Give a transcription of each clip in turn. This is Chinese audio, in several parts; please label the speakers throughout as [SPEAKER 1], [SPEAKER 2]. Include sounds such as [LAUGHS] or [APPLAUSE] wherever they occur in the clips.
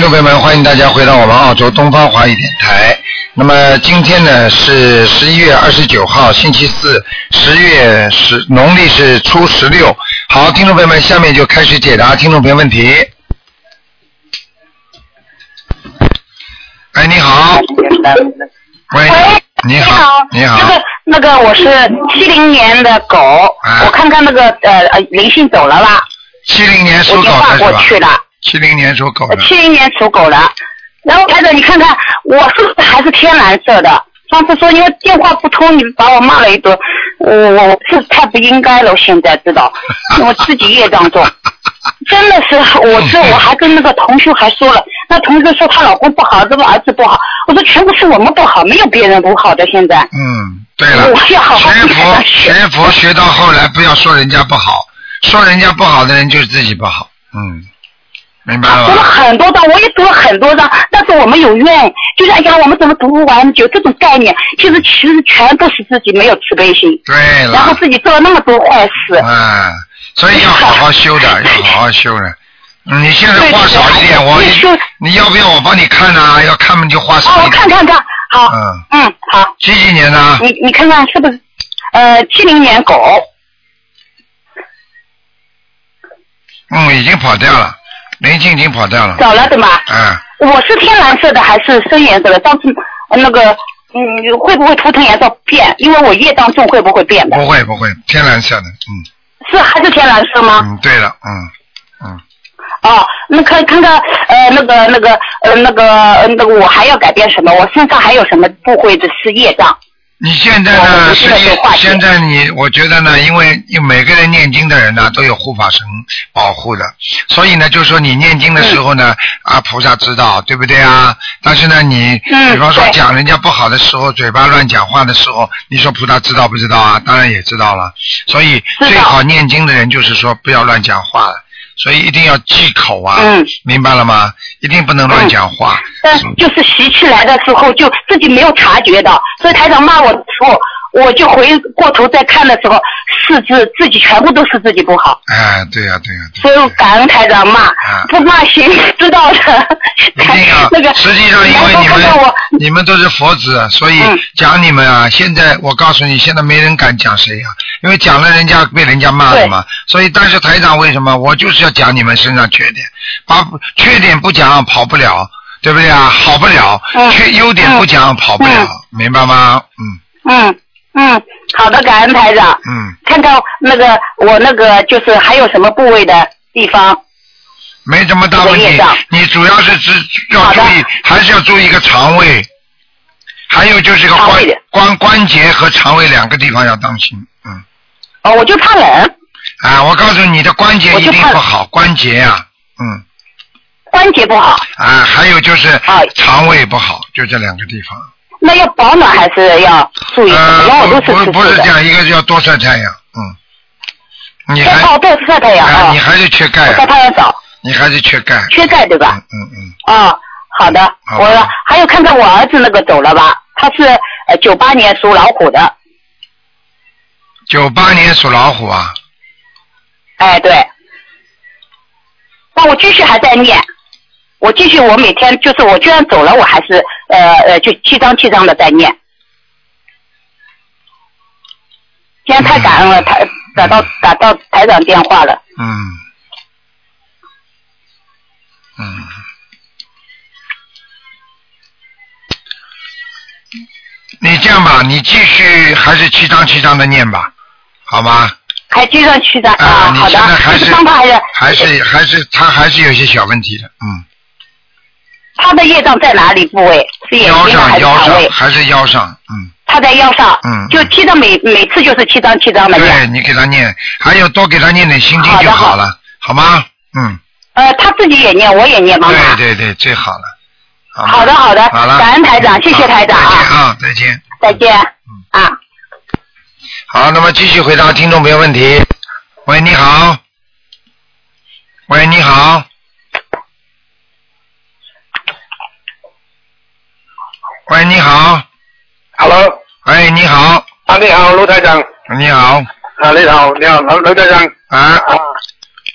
[SPEAKER 1] 众朋友们，欢迎大家回到我们澳洲东方华语电台。那么今天呢是十一月二十九号，星期四，十月十，农历是初十六。好，听众朋友们，下面就开始解答听众朋友问题。哎，你好，喂，你好，你
[SPEAKER 2] 那
[SPEAKER 1] 好
[SPEAKER 2] 个，那个，我是七零年的狗，
[SPEAKER 1] 啊
[SPEAKER 2] 我看看那个呃呃灵性走了吧，
[SPEAKER 1] 七零年属
[SPEAKER 2] 我已
[SPEAKER 1] 狗
[SPEAKER 2] 经
[SPEAKER 1] 的
[SPEAKER 2] 换
[SPEAKER 1] 是
[SPEAKER 2] 过
[SPEAKER 1] 吧？
[SPEAKER 2] 去了，
[SPEAKER 1] 七零年属狗的，
[SPEAKER 2] 七零年属狗了。然后台长，你看看我是不是还是天蓝色的？上次说因为电话不通，你把我骂了一顿，我我是太不应该了，我现在知道，我自己业障重。真的是，我这我还跟那个同学还说了，那同学说她老公不好，这个儿子不好，我说全部是我们不好，没有别人不好的。现在
[SPEAKER 1] 嗯，对了，
[SPEAKER 2] 我要好好
[SPEAKER 1] 学佛学
[SPEAKER 2] 学
[SPEAKER 1] 佛学到后来，不要说人家不好，说人家不好的人就是自己不好，嗯，明白了
[SPEAKER 2] 读
[SPEAKER 1] 吧？
[SPEAKER 2] 了很多章，我也读了很多章，但是我们有怨，就是哎呀，我们怎么读不完？有这种概念，其实其实全都是自己没有慈悲心，
[SPEAKER 1] 对
[SPEAKER 2] 然后
[SPEAKER 1] 了，
[SPEAKER 2] 自己做了那么多哎坏事。
[SPEAKER 1] 嗯，所以要好好修
[SPEAKER 2] [LAUGHS]
[SPEAKER 1] 的，要好好修的。嗯你现在
[SPEAKER 2] 对
[SPEAKER 1] 话少一点，我
[SPEAKER 2] 对修
[SPEAKER 1] 你要不要我帮你看呢、要看嘛就话
[SPEAKER 2] 哦，
[SPEAKER 1] 少
[SPEAKER 2] 我
[SPEAKER 1] 一点。
[SPEAKER 2] 看看看，好，
[SPEAKER 1] 嗯，
[SPEAKER 2] 嗯，好，
[SPEAKER 1] 几几年的？
[SPEAKER 2] 你你看看是不是？呃，七零年狗，
[SPEAKER 1] 嗯，已经跑掉了，灵性已经跑掉了。
[SPEAKER 2] 走了对吗？
[SPEAKER 1] 嗯，
[SPEAKER 2] 我是天蓝色的还是深颜色的？上次呃那个嗯，会不会图腾颜色变？因为我业当中会不会变的？
[SPEAKER 1] 不会不会，天蓝色的，嗯
[SPEAKER 2] 是还是天蓝色吗？
[SPEAKER 1] 嗯，对了，嗯嗯，
[SPEAKER 2] 哦，那看看看，呃，那个那个呃那个呃那个，我还要改变什么？我身上还有什么部位的是业障？
[SPEAKER 1] 你现在
[SPEAKER 2] 我
[SPEAKER 1] 呢？
[SPEAKER 2] 我
[SPEAKER 1] 实
[SPEAKER 2] 现在
[SPEAKER 1] 际
[SPEAKER 2] 有话嗯题
[SPEAKER 1] 现在你，我觉得呢，因为每个人念经的人呢，都有护法神保护的，所以呢，就是说你念经的时候呢，啊，菩萨知道，对不对啊？但是呢，你
[SPEAKER 2] 嗯
[SPEAKER 1] 比方说
[SPEAKER 2] 对
[SPEAKER 1] 讲人家不好的时候，嘴巴乱讲话的时候，你说菩萨知道不知道啊？当然也知道了。所以
[SPEAKER 2] 道
[SPEAKER 1] 最好念经的人就是说不要乱讲话了，所以一定要忌口啊，
[SPEAKER 2] 嗯
[SPEAKER 1] 明白了吗？一定不能乱
[SPEAKER 2] 嗯
[SPEAKER 1] 讲话。
[SPEAKER 2] 但就是习气来的时候，就自己没有察觉到，所以台长骂我的时候，我就回过头再看的时候，是自自己全部都是自己不好，
[SPEAKER 1] 哎，对呀、对呀、对呀。
[SPEAKER 2] 所以我感恩台长骂，不骂行，知道的。，
[SPEAKER 1] 啊一定要
[SPEAKER 2] 那个
[SPEAKER 1] 啊实际上因为你
[SPEAKER 2] 看到
[SPEAKER 1] 们
[SPEAKER 2] 我，
[SPEAKER 1] 你们都是佛子，啊所以
[SPEAKER 2] 嗯
[SPEAKER 1] 讲你们啊，现在我告诉你，现在没人敢讲谁呀、因为讲了人家被人家骂了嘛。所以，但是台长为什么我就是要讲你们身上缺点，把缺点不讲跑不了，对不对啊？好不了，
[SPEAKER 2] 嗯
[SPEAKER 1] 缺优点不讲跑不了，明白吗？嗯
[SPEAKER 2] [LAUGHS] 嗯嗯，好的，感恩台长。
[SPEAKER 1] 嗯，
[SPEAKER 2] 看看那个我那个就是还有什么部位的地方。
[SPEAKER 1] 没什么大问
[SPEAKER 2] 这个
[SPEAKER 1] 题
[SPEAKER 2] 业障。
[SPEAKER 1] 你主要是只要
[SPEAKER 2] 好
[SPEAKER 1] 注
[SPEAKER 2] 的
[SPEAKER 1] 意，还是要注意一个肠胃，还有就是个
[SPEAKER 2] 肠
[SPEAKER 1] 关
[SPEAKER 2] 胃的
[SPEAKER 1] 关关节和肠胃两个地方要当心，嗯。
[SPEAKER 2] 哦，我就怕冷，
[SPEAKER 1] 啊，我告诉你你的关节
[SPEAKER 2] 我
[SPEAKER 1] 一
[SPEAKER 2] 就
[SPEAKER 1] 定
[SPEAKER 2] 怕
[SPEAKER 1] 不好，关节呀、嗯，
[SPEAKER 2] 关节不好，
[SPEAKER 1] 啊，还有就是
[SPEAKER 2] 啊
[SPEAKER 1] 肠胃不好，就这两个地方。
[SPEAKER 2] 那要保暖还是要注意什么？因为
[SPEAKER 1] 呃，不
[SPEAKER 2] 我都是
[SPEAKER 1] 不
[SPEAKER 2] 吃
[SPEAKER 1] 不是
[SPEAKER 2] 素
[SPEAKER 1] 这
[SPEAKER 2] 的。
[SPEAKER 1] 样，一个要多晒太阳，嗯，你还
[SPEAKER 2] 晒哦，对，晒太阳
[SPEAKER 1] 啊，
[SPEAKER 2] 啊
[SPEAKER 1] 你，还是缺钙
[SPEAKER 2] 我晒
[SPEAKER 1] 啊，
[SPEAKER 2] 太阳早，
[SPEAKER 1] 你还是缺钙，
[SPEAKER 2] 缺钙对吧？
[SPEAKER 1] 嗯嗯
[SPEAKER 2] 哦，好的，
[SPEAKER 1] 好
[SPEAKER 2] 我
[SPEAKER 1] 吧
[SPEAKER 2] 还有看看我儿子那个走了吧，他是呃九八年属老虎的，
[SPEAKER 1] 嗯，九八年属老虎啊，
[SPEAKER 2] 哎对，但我继续还在念。我继续，我每天就是我居然走了，我还是呃呃，就七张七张的在念。今天太感恩了，台打到打到台长电话了。
[SPEAKER 1] 嗯嗯。你这样吧，你继续还是七张七张的念吧，好吗？
[SPEAKER 2] 还继续去的
[SPEAKER 1] 啊，你
[SPEAKER 2] 好
[SPEAKER 1] 现
[SPEAKER 2] 的
[SPEAKER 1] 在，还
[SPEAKER 2] 就是帮他还是
[SPEAKER 1] 还是还是他还是有些小问题的，嗯，
[SPEAKER 2] 他的业障在哪里部位？是眼
[SPEAKER 1] 腰
[SPEAKER 2] 睛
[SPEAKER 1] 上
[SPEAKER 2] 还是
[SPEAKER 1] 腰
[SPEAKER 2] 肠
[SPEAKER 1] 上
[SPEAKER 2] 胃？
[SPEAKER 1] 还是腰上，嗯，
[SPEAKER 2] 他在腰上，
[SPEAKER 1] 嗯
[SPEAKER 2] 就七张每每次就是七张七张的念。
[SPEAKER 1] 对你给他念，还有多给他念点心经
[SPEAKER 2] 好的
[SPEAKER 1] 就
[SPEAKER 2] 好
[SPEAKER 1] 好了，好吗？嗯，
[SPEAKER 2] 呃，他自己也念，我也念，妈妈。
[SPEAKER 1] 对对对，最好了，好吗
[SPEAKER 2] 好的好的，
[SPEAKER 1] 好了，嗯
[SPEAKER 2] 感恩台长，谢谢台长
[SPEAKER 1] 好再见
[SPEAKER 2] 啊，
[SPEAKER 1] 啊，再见。嗯
[SPEAKER 2] 再见啊。
[SPEAKER 1] 好，那么继续回答听众朋友问题。喂，你好。喂，你好。喂，你好。
[SPEAKER 3] Hello，
[SPEAKER 1] 喂，哎你好。
[SPEAKER 3] 啊你好，卢台长，
[SPEAKER 1] 你好。
[SPEAKER 3] 啊你好，你好，卢卢台长，
[SPEAKER 1] 啊，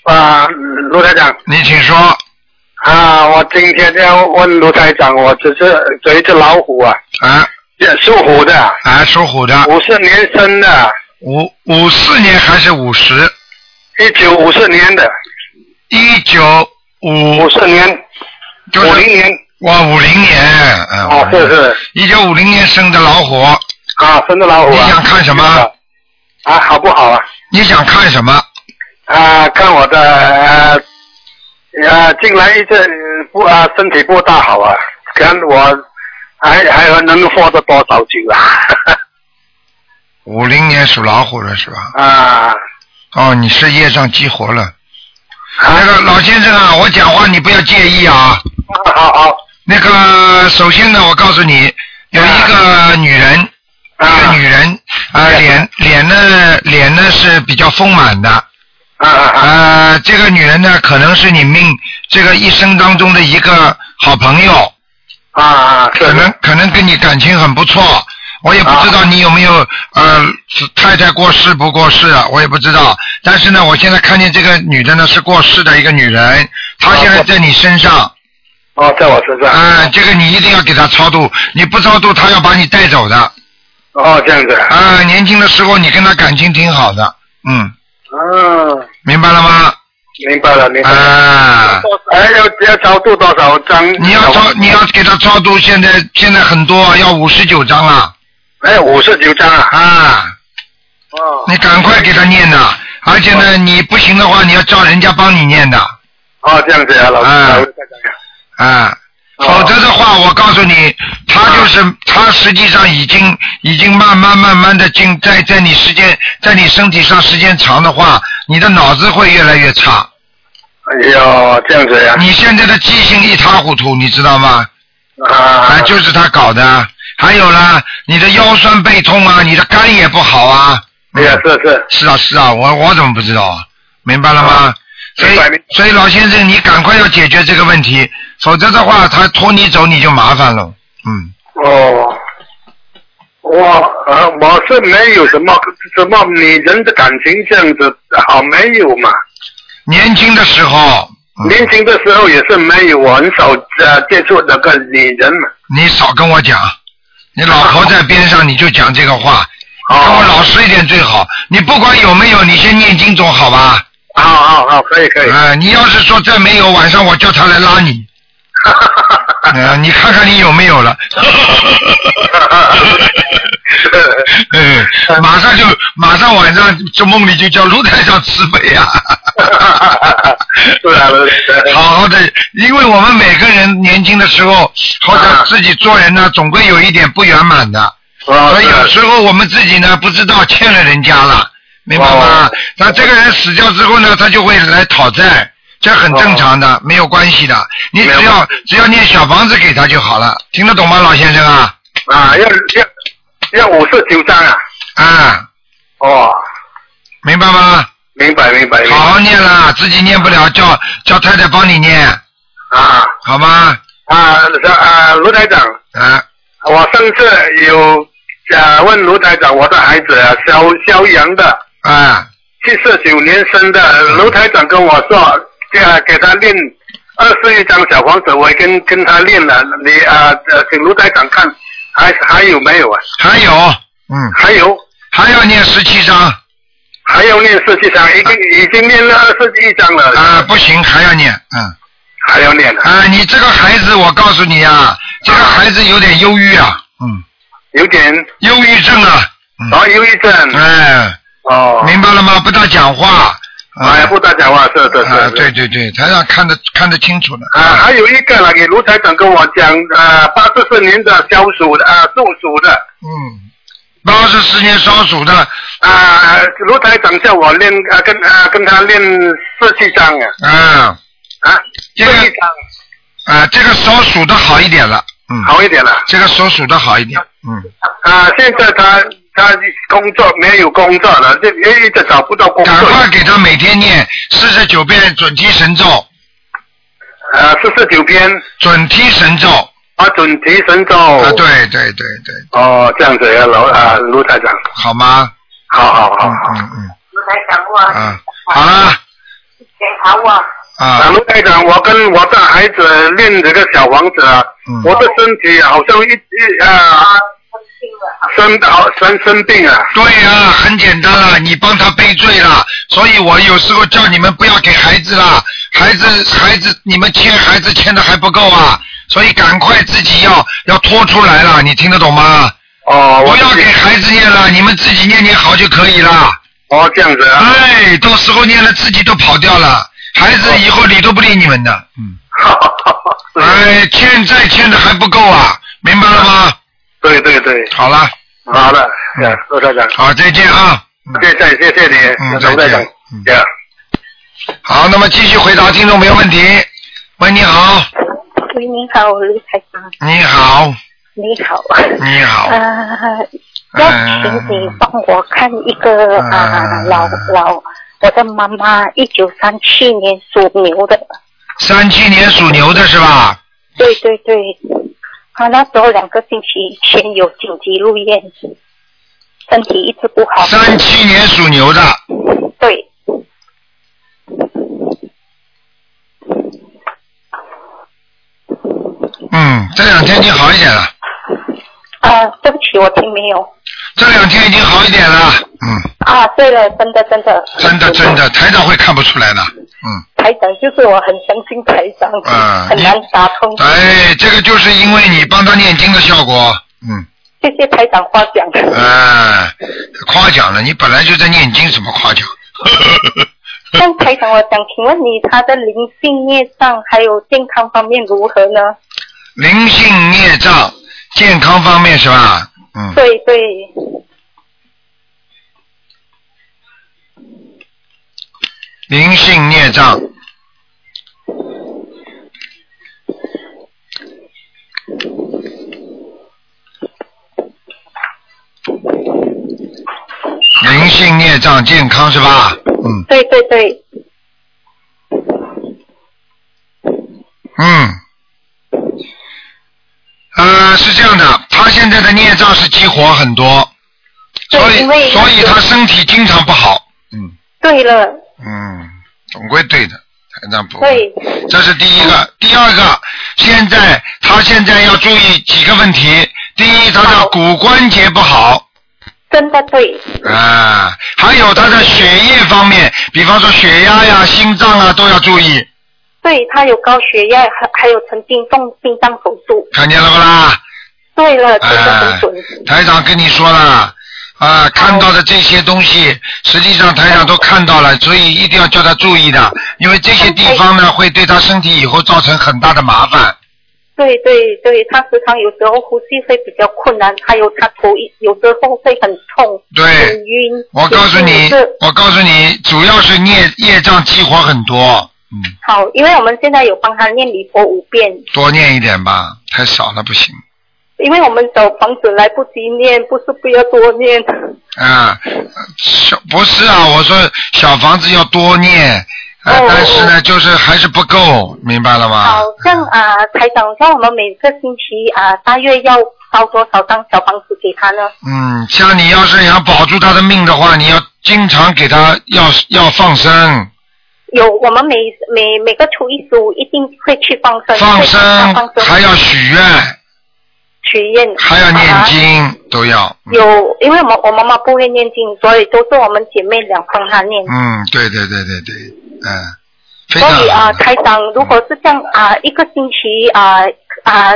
[SPEAKER 3] 啊啊卢台长，
[SPEAKER 1] 你请说。
[SPEAKER 3] 啊，我今天要问卢台长，我只是有一只老虎啊，
[SPEAKER 1] 啊
[SPEAKER 3] 也属虎的，
[SPEAKER 1] 啊，属虎的，
[SPEAKER 3] 五四年生的，
[SPEAKER 1] 五五四年还是五十？
[SPEAKER 3] 一九五四年的，
[SPEAKER 1] 一九
[SPEAKER 3] 五
[SPEAKER 1] 五
[SPEAKER 3] 四年，
[SPEAKER 1] 就
[SPEAKER 3] 五
[SPEAKER 1] 是
[SPEAKER 3] 零年，
[SPEAKER 1] 哇，五零年，嗯，
[SPEAKER 3] 哦，是是，
[SPEAKER 1] 一九五零年生的老虎，
[SPEAKER 3] 啊，生的老虎
[SPEAKER 1] 你
[SPEAKER 3] 啊。
[SPEAKER 1] 想看什么？？
[SPEAKER 3] 啊，好不好啊？
[SPEAKER 1] 你想看什么？
[SPEAKER 3] 啊，看我的呃呃，近来一阵不啊，身体不大好啊，看我还还能活得多少久啊？
[SPEAKER 1] 五零年属老虎的是吧？
[SPEAKER 3] 啊，
[SPEAKER 1] 哦，你是业障激活了。那
[SPEAKER 3] 那
[SPEAKER 1] 个老先生啊，我讲话你不要介意啊。
[SPEAKER 3] [LAUGHS] 好好
[SPEAKER 1] 那个，首先呢，我告诉你，有一个女人，
[SPEAKER 3] 啊
[SPEAKER 1] 一个女人，啊、
[SPEAKER 3] 对
[SPEAKER 1] 脸脸呢，脸呢是比较丰满的，
[SPEAKER 3] 啊啊
[SPEAKER 1] 呃，这个女人呢，可能是你命这个一生当中的一个好朋友，
[SPEAKER 3] 啊啊！是
[SPEAKER 1] 可能可能跟你感情很不错，我也不知
[SPEAKER 3] 啊
[SPEAKER 1] 道你有没有、呃太太过世不过世，啊我也不知道。但是呢，我现在看见这个女的呢是过世的一个女人，她现在在你身上，
[SPEAKER 3] 哦，在我身上
[SPEAKER 1] 啊，这个你一定要给她超度，你不超度，她要把你带走的。
[SPEAKER 3] 哦，这样子啊，
[SPEAKER 1] 啊，年轻的时候你跟她感情挺好的，嗯，
[SPEAKER 3] 嗯，
[SPEAKER 1] 明白了吗？
[SPEAKER 3] 明白了明白了。
[SPEAKER 1] 啊，
[SPEAKER 3] 多哎，要要超度多少张？
[SPEAKER 1] 你要超，你要给她超度，现在现在很多，啊要五十九张了
[SPEAKER 3] 哎五十九张啊！
[SPEAKER 1] 啊，
[SPEAKER 3] 哦
[SPEAKER 1] 你赶快给她念呐。而且呢，你不行的话，你要叫人家帮你念的
[SPEAKER 3] 哦，这样子啊，老师
[SPEAKER 1] 啊
[SPEAKER 3] 老师再讲讲
[SPEAKER 1] 啊，
[SPEAKER 3] 哦啊
[SPEAKER 1] 否则的话，我告诉你，她就是她，实际上已经已经慢慢慢慢的进在在你时间在你身体上时间长的话，你的脑子会越来越差，
[SPEAKER 3] 哎呦，这样子呀
[SPEAKER 1] 你现在的记性一塌糊涂，你知道吗？
[SPEAKER 3] 啊
[SPEAKER 1] 啊，！就是他搞的。啊还有啦，你的腰酸背痛啊，你的肝也不好啊。
[SPEAKER 3] 哎呀，是是，啊
[SPEAKER 1] 是啊，是啊，我我怎么不知道啊？明白了吗？所以
[SPEAKER 3] 明白明白
[SPEAKER 1] 所以老先生，你赶快要解决这个问题，否则的话，他拖你走你就麻烦了。嗯，
[SPEAKER 3] 哦，我呃我是没有什么什么你人的感情这样子好没有嘛。
[SPEAKER 1] 年轻的时候，嗯
[SPEAKER 3] 年轻的时候也是没有，我很少呃接触那个女人嘛。
[SPEAKER 1] 你少跟我讲，你老婆在边上你就讲这个话，
[SPEAKER 3] 哦，
[SPEAKER 1] 跟我老实一点最好。你不管有没有，你先念经总好吧？
[SPEAKER 3] 好好好，可以可以。
[SPEAKER 1] 啊、你要是说再没有，晚上我叫他来拉
[SPEAKER 3] [LAUGHS]
[SPEAKER 1] 你。呃，你看看你有没有了，呃，马上就马上晚上就梦里就叫卢台上慈悲啊，
[SPEAKER 3] 是啊，是
[SPEAKER 1] [LAUGHS]
[SPEAKER 3] 啊
[SPEAKER 1] 好好的，因为我们每个人年轻的时候或者自己做人呢，总归有一点不圆满的，
[SPEAKER 3] 哦
[SPEAKER 1] 所以
[SPEAKER 3] 是啊啊
[SPEAKER 1] 有时候我们自己呢不知道欠了人家了，明白吗
[SPEAKER 3] 哦？
[SPEAKER 1] 那这个人死掉之后呢，他就会来讨债，这很正常的，没有关系的，你只
[SPEAKER 3] 哦没有
[SPEAKER 1] 要只要念小房子给他就好了，听得懂吗，老先生啊？
[SPEAKER 3] 啊，要要要五十九张啊！
[SPEAKER 1] 啊，
[SPEAKER 3] 哦，
[SPEAKER 1] 明白吗？
[SPEAKER 3] 明白明白。明白
[SPEAKER 1] 好好念啦，自己念不了，叫叫太太帮你念，
[SPEAKER 3] 啊
[SPEAKER 1] 好吗？
[SPEAKER 3] 啊是啊，卢台长。
[SPEAKER 1] 啊，
[SPEAKER 3] 我上次有呃问卢台长，我的孩子啊肖肖阳的，
[SPEAKER 1] 啊，
[SPEAKER 3] 七十九年生的，卢台长跟我说，呃，给他练二十一张小房子，我已经跟他练了，你啊、呃，请卢台长看还还有没有啊？
[SPEAKER 1] 还有，嗯，
[SPEAKER 3] 还有
[SPEAKER 1] 还要念十七章
[SPEAKER 3] 还要练四七张，已经已经练了二十一张了，
[SPEAKER 1] 啊，不行，还要念，嗯，
[SPEAKER 3] 还要练啊，
[SPEAKER 1] 啊，你这个孩子，我告诉你啊，这个孩子有点忧郁啊，嗯，
[SPEAKER 3] 有点
[SPEAKER 1] 忧郁症啊，
[SPEAKER 3] 哦，忧郁症
[SPEAKER 1] 哎，
[SPEAKER 3] 哦，
[SPEAKER 1] 明白了吗？不大讲话，啊
[SPEAKER 3] 哎，不大讲话，是是
[SPEAKER 1] 啊，
[SPEAKER 3] 是，
[SPEAKER 1] 对对对，台上看得看得清楚的，
[SPEAKER 3] 啊，还有一个呢，给卢台长跟我讲，呃，八十四年的消暑的，啊，中暑的，
[SPEAKER 1] 嗯，八十四年烧鼠的，
[SPEAKER 3] 啊，卢台长叫我练，啊，跟啊跟他练四七章啊，
[SPEAKER 1] 啊
[SPEAKER 3] 啊，
[SPEAKER 1] 这个
[SPEAKER 3] 四七章
[SPEAKER 1] 啊，这个烧鼠的好一点了，嗯，
[SPEAKER 3] 好一点了。
[SPEAKER 1] 这个手数的好一点，嗯，
[SPEAKER 3] 啊，现在他他工作没有工作了，就一直找不到工作
[SPEAKER 1] 赶。快给他每天念四十九遍准提神咒，
[SPEAKER 3] 啊，四十九篇
[SPEAKER 1] 准提神咒
[SPEAKER 3] 啊，准提神咒。
[SPEAKER 1] 啊，。对对对对，
[SPEAKER 3] 哦，这样子啊，卢啊，卢台长，
[SPEAKER 1] 好吗？
[SPEAKER 3] 好好
[SPEAKER 1] 嗯
[SPEAKER 3] 好好。
[SPEAKER 1] 嗯嗯，
[SPEAKER 4] 卢台长我
[SPEAKER 1] 啊啊，好啦，
[SPEAKER 4] 检查我，
[SPEAKER 1] 啊
[SPEAKER 3] 啊，卢台长，我跟我的孩子练这个小房子啊，
[SPEAKER 1] 嗯
[SPEAKER 3] 我的身体好像一一啊，生到生生病啊了，
[SPEAKER 1] 对呀、很简单啦，你帮他背罪啦，所以我有时候叫你们不要给孩子啦，孩子孩子你们欠孩子欠的还不够啊，所以赶快自己要要拖出来啦，你听得懂吗？
[SPEAKER 3] 哦，
[SPEAKER 1] 不
[SPEAKER 3] 我
[SPEAKER 1] 要给孩子念了，你们自己念念好就可以啦。
[SPEAKER 3] 哦这样子啊，哦
[SPEAKER 1] 哎，到时候念了自己都跑掉了，孩子以后理都不理你们的。嗯。
[SPEAKER 3] [LAUGHS] 是
[SPEAKER 1] 哎，欠债欠的还不够啊，明白了吗？
[SPEAKER 3] 对对对，
[SPEAKER 1] 好了，
[SPEAKER 3] 好了，
[SPEAKER 1] 嗯
[SPEAKER 3] 呀卢台长，
[SPEAKER 1] 好，再见啊。
[SPEAKER 3] 谢谢谢谢
[SPEAKER 1] 嗯
[SPEAKER 3] 你，卢台长
[SPEAKER 1] 再见嗯，
[SPEAKER 3] 呀。
[SPEAKER 1] 好，那么继续回答听众朋友问题。喂，你好，
[SPEAKER 4] 喂，你好，卢台长，
[SPEAKER 1] 你好，
[SPEAKER 4] 你好。
[SPEAKER 1] 你好，啊
[SPEAKER 4] 呃，要请你帮我看一个
[SPEAKER 1] 嗯
[SPEAKER 4] 啊、老老我的妈妈，一九三七年属牛的，
[SPEAKER 1] 三七年属牛的是吧？
[SPEAKER 4] 对对对，她那时候两个星期前有紧急入院，身体一直不好。
[SPEAKER 1] 三七年属牛的，
[SPEAKER 4] 对，
[SPEAKER 1] 嗯，这两天已经好一点了，
[SPEAKER 4] 啊、对不起，我听没有。
[SPEAKER 1] 这两天已经好一点了，嗯，
[SPEAKER 4] 啊，对了，真的真的，
[SPEAKER 1] 真的真的，台长会看不出来的，嗯。
[SPEAKER 4] 台长就是我很相信台长，
[SPEAKER 1] 嗯
[SPEAKER 4] 很难打通。
[SPEAKER 1] 哎，这个就是因为你帮他念经的效果，嗯，
[SPEAKER 4] 谢谢台长夸奖。
[SPEAKER 1] 哎，夸奖了，你本来就在念经，怎么夸奖？ [LAUGHS]
[SPEAKER 4] 但台长，我想请问你，他的灵性业障还有健康方面如何呢？
[SPEAKER 1] 灵性孽障，健康方面是吧？嗯，
[SPEAKER 4] 对对，
[SPEAKER 1] 灵性孽障，灵性孽障，健康是吧？嗯
[SPEAKER 4] 对对对，
[SPEAKER 1] 嗯。呃，是这样的，他现在的孽障是激活很多，所
[SPEAKER 4] 对，
[SPEAKER 1] 以
[SPEAKER 4] 因为
[SPEAKER 1] 所以他身体经常不好。嗯
[SPEAKER 4] 对了，
[SPEAKER 1] 嗯，总归对的，台长不会。
[SPEAKER 4] 对
[SPEAKER 1] 这是第一个，第二个，现在他现在要注意几个问题。第一，他的
[SPEAKER 4] 好
[SPEAKER 1] 骨关节不好
[SPEAKER 4] 真的对，
[SPEAKER 1] 啊，还有他的血液方面，比方说血压呀、心脏啊都要注意，
[SPEAKER 4] 对他有高血压，还还有曾经动心脏手术。
[SPEAKER 1] 看见了不啦？
[SPEAKER 4] 对了，啊真的
[SPEAKER 1] 啊
[SPEAKER 4] 很准。，
[SPEAKER 1] 台长跟你说了。啊，看到的这些东西，实际上台长都看到了，所以一定要叫他注意的，因为这些地方
[SPEAKER 4] 嗯哎
[SPEAKER 1] 呢，会对他身体以后造成很大的麻烦。
[SPEAKER 4] 对对对，他时常有时候呼吸会比较困难，还有他头一有时候会很痛、
[SPEAKER 1] 对，
[SPEAKER 4] 很晕。
[SPEAKER 1] 我告诉
[SPEAKER 4] 眼
[SPEAKER 1] 你
[SPEAKER 4] 睛也是，
[SPEAKER 1] 我告诉你，主要是孽业障激活很多，嗯，
[SPEAKER 4] 好，因为我们现在有帮他念礼佛五遍，
[SPEAKER 1] 多念一点吧，太少了不行
[SPEAKER 4] 因为我们找房子来不及念，不是不要多念。
[SPEAKER 1] 啊。小不是啊，我说小房子要多念，呃，
[SPEAKER 4] 哦
[SPEAKER 1] 但是呢，就是还是不够，明白了吗
[SPEAKER 4] 好？像啊，台长，像我们每个星期啊，大约要烧多少张小房子给他呢？
[SPEAKER 1] 嗯，像你要是想保住他的命的话，你要经常给他要要放生，
[SPEAKER 4] 有，我们每每每个初一十五一定会去放生，
[SPEAKER 1] 放
[SPEAKER 4] 会去大
[SPEAKER 1] 生
[SPEAKER 4] 放生
[SPEAKER 1] 还要许愿，
[SPEAKER 4] 许愿，
[SPEAKER 1] 还要念
[SPEAKER 4] 啊
[SPEAKER 1] 经，都要。
[SPEAKER 4] 有，因为我们我妈妈不会念经，所以都是我们姐妹俩帮她念。
[SPEAKER 1] 嗯，对对对对对，嗯，非
[SPEAKER 4] 所
[SPEAKER 1] 常
[SPEAKER 4] 以啊
[SPEAKER 1] 好，。
[SPEAKER 4] 台长，如果是这样啊，一个星期啊啊，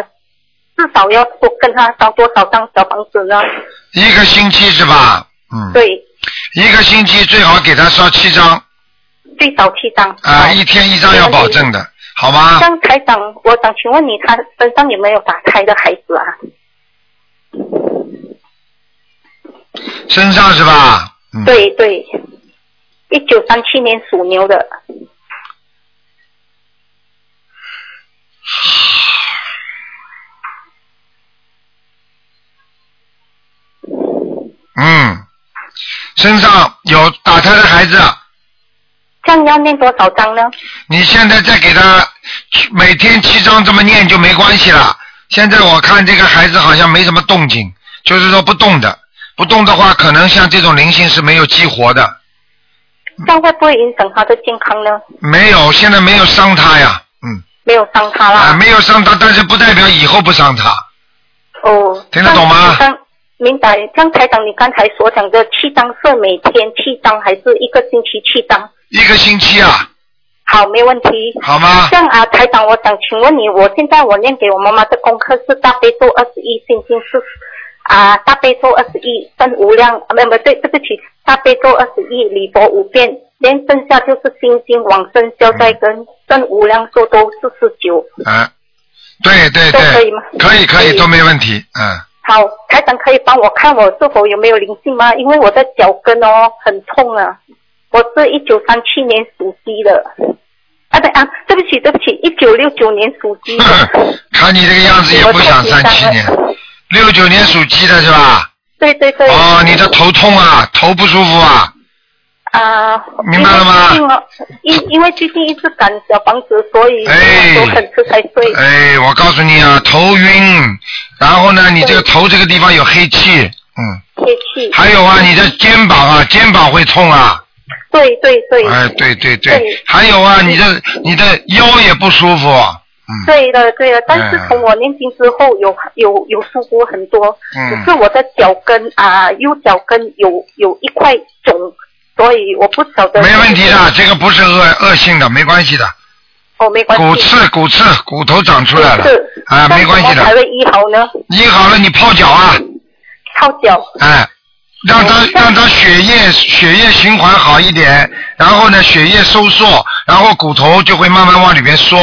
[SPEAKER 4] 至少要多跟她烧多少张小房子呢？
[SPEAKER 1] 一个星期是吧？嗯，
[SPEAKER 4] 对，
[SPEAKER 1] 一个星期最好给他烧七张
[SPEAKER 4] 最少七张。
[SPEAKER 1] 啊、
[SPEAKER 4] 好
[SPEAKER 1] 一天一张要保证的，好吗？
[SPEAKER 4] 像台长，我想请问你，他身上有没有打胎的孩子啊？
[SPEAKER 1] 身上是吧？嗯，
[SPEAKER 4] 对对，一九三七年属牛的，
[SPEAKER 1] 嗯，身上有打胎的孩子，啊
[SPEAKER 4] 这样要念多少章呢？
[SPEAKER 1] 你现在再给他每天七张这么念就没关系了。现在我看这个孩子好像没什么动静，就是说不动的，不动的话，可能像这种灵性是没有激活的。
[SPEAKER 4] 这样会不会影响他的健康呢？
[SPEAKER 1] 没有，现在没有伤他呀，嗯，
[SPEAKER 4] 没有伤他啦。
[SPEAKER 1] 啊，没有伤他，但是不代表以后不伤他。
[SPEAKER 4] 哦，
[SPEAKER 1] 听得懂吗
[SPEAKER 4] 刚明白。像台长你刚才所讲的七张是每天七张，还是一个星期七张？
[SPEAKER 1] 一个星期啊，
[SPEAKER 4] 好，没问题。
[SPEAKER 1] 好吗？
[SPEAKER 4] 像啊，台长，我想请问你，我现在我念给我妈妈的功课是大悲咒二十一，心经是啊大悲咒二十一，真无量啊，没有没有对，对不起，大悲咒二十一，礼佛五遍，连剩下就是心经往生消灾跟真无量寿都四十九。
[SPEAKER 1] 啊，对对
[SPEAKER 4] 都
[SPEAKER 1] 对，
[SPEAKER 4] 可以吗
[SPEAKER 1] 可以可
[SPEAKER 4] 可
[SPEAKER 1] 以
[SPEAKER 4] 以
[SPEAKER 1] 都没问题，
[SPEAKER 4] [LAUGHS]
[SPEAKER 1] 嗯，
[SPEAKER 4] 好，台长可以帮我看我是否有没有灵性吗？因为我的脚跟哦很痛啊，我是一九三七年属鸡的，啊对啊，对不起对不起，一九六九年属鸡的
[SPEAKER 1] 看你这个样子也不想
[SPEAKER 4] 我太
[SPEAKER 1] 三
[SPEAKER 4] 紧张
[SPEAKER 1] 七年
[SPEAKER 4] 了，
[SPEAKER 1] 六九年属鸡的是吧？
[SPEAKER 4] 对对对。
[SPEAKER 1] 哦，你的头痛啊，头不舒服啊，
[SPEAKER 4] 啊，
[SPEAKER 1] 明白了吗
[SPEAKER 4] 因为最近哦因因为最近一直赶小房子，所以
[SPEAKER 1] 哎
[SPEAKER 4] 我很迟才睡。
[SPEAKER 1] 哎，我告诉你啊，头晕，然后呢，你这个头这个地方有黑气，嗯，
[SPEAKER 4] 天气，
[SPEAKER 1] 还有啊，你的肩膀啊，肩膀会痛啊，
[SPEAKER 4] 对对对，
[SPEAKER 1] 哎，对对对
[SPEAKER 4] 对，
[SPEAKER 1] 还有啊，你的你的腰也不舒服，嗯，
[SPEAKER 4] 对的对的。但是
[SPEAKER 1] 哎
[SPEAKER 4] 从我念经之后有，有有舒服很多，
[SPEAKER 1] 嗯
[SPEAKER 4] 只是我的脚跟啊，右脚跟有有一块肿，所以我不晓得。
[SPEAKER 1] 没问题的，。这个不是恶恶性的，没关系的，
[SPEAKER 4] 哦，没关系。
[SPEAKER 1] 骨刺骨刺骨头长出来了
[SPEAKER 4] 是
[SPEAKER 1] 啊，没关系
[SPEAKER 4] 那怎么才
[SPEAKER 1] 的。
[SPEAKER 4] 会医好呢？
[SPEAKER 1] 你好了，你泡脚啊，
[SPEAKER 4] 泡脚。
[SPEAKER 1] 哎，让它
[SPEAKER 4] 嗯
[SPEAKER 1] 让它血液血液循环好一点，然后呢血液收缩，然后骨头就会慢慢往里面缩，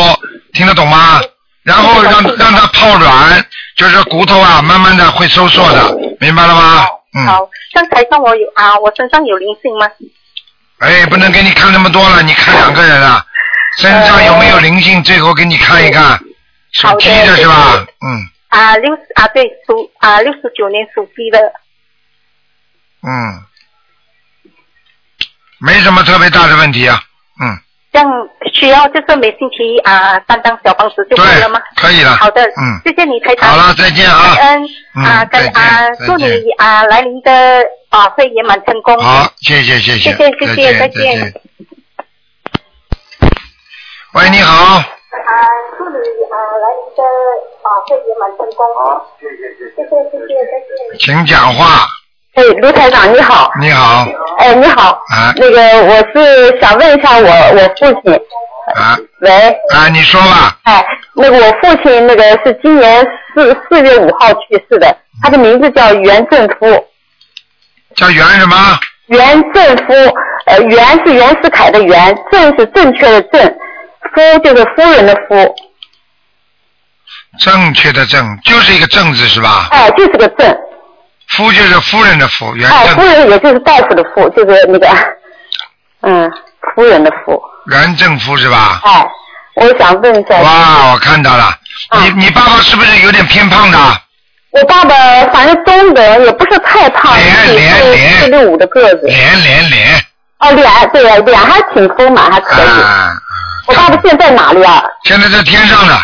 [SPEAKER 1] 听得懂吗？然后让让它泡软，就是骨头啊慢慢的会收缩的，明白了吗？嗯，
[SPEAKER 4] 好，像台上我有啊，我身上有灵性吗？
[SPEAKER 1] 哎，不能给你看那么多了，你看两个人啊，身上有没有灵性，最后给你看一看，属
[SPEAKER 4] 好的
[SPEAKER 1] 鸡的是
[SPEAKER 4] 好
[SPEAKER 1] 吧
[SPEAKER 4] 的？
[SPEAKER 1] 嗯
[SPEAKER 4] 啊，六十啊，对，属啊六十九年属鸡的，
[SPEAKER 1] 嗯，没什么特别大的问题啊，嗯。
[SPEAKER 4] 这样需要就是每星期啊三张小方子就可以了吗？
[SPEAKER 1] 可以了。
[SPEAKER 4] 好的，
[SPEAKER 1] 嗯，
[SPEAKER 4] 谢谢你，台长。
[SPEAKER 1] 好了，再见
[SPEAKER 4] 感
[SPEAKER 1] 啊。
[SPEAKER 4] 恩啊，
[SPEAKER 1] 嗯
[SPEAKER 4] 感
[SPEAKER 1] 再见
[SPEAKER 4] 啊，
[SPEAKER 1] 再
[SPEAKER 4] 祝
[SPEAKER 1] 见
[SPEAKER 4] 你啊来临的啊会圆满成功。
[SPEAKER 1] 好，谢谢谢
[SPEAKER 4] 谢
[SPEAKER 1] 再
[SPEAKER 4] 谢谢谢
[SPEAKER 1] 见再
[SPEAKER 4] 再见
[SPEAKER 1] 见。喂，你好，
[SPEAKER 4] 啊，祝你啊来临的啊会圆满成功。好，谢谢谢谢谢谢再见。
[SPEAKER 1] 请讲话。
[SPEAKER 2] 哎，卢台长你好，
[SPEAKER 1] 你好，
[SPEAKER 2] 哎你好，
[SPEAKER 1] 啊
[SPEAKER 2] 那个我是想问一下我我父亲，
[SPEAKER 1] 啊
[SPEAKER 2] 喂，
[SPEAKER 1] 啊，你说吧。
[SPEAKER 2] 哎，那个我父亲那个是今年四四月五号去世的，他的名字叫袁振夫，
[SPEAKER 1] 叫袁什么？
[SPEAKER 2] 袁振夫，呃袁是袁世凯的袁，正是正确的正，夫就是夫人的夫，
[SPEAKER 1] 正确的正，就是一个正字是吧？
[SPEAKER 2] 哎就是个正，
[SPEAKER 1] 夫就是夫人的夫，袁
[SPEAKER 2] 哎夫
[SPEAKER 1] 正
[SPEAKER 2] 人也就是大夫的夫，就是那个，嗯夫人的夫，
[SPEAKER 1] 袁正夫是吧？
[SPEAKER 2] 哎，我想问一下。
[SPEAKER 1] 哇，我看到了。你你爸爸是不是有点偏胖的？
[SPEAKER 2] 我爸爸反正中等，也不是太胖，
[SPEAKER 1] 脸
[SPEAKER 2] 就是
[SPEAKER 1] 脸脸
[SPEAKER 2] 四六五的个子。
[SPEAKER 1] 脸脸脸
[SPEAKER 2] 哦，脸对呀，脸还挺丰满，还可以。
[SPEAKER 1] 啊！
[SPEAKER 2] 我爸爸现在哪里啊？
[SPEAKER 1] 现在在天上呢。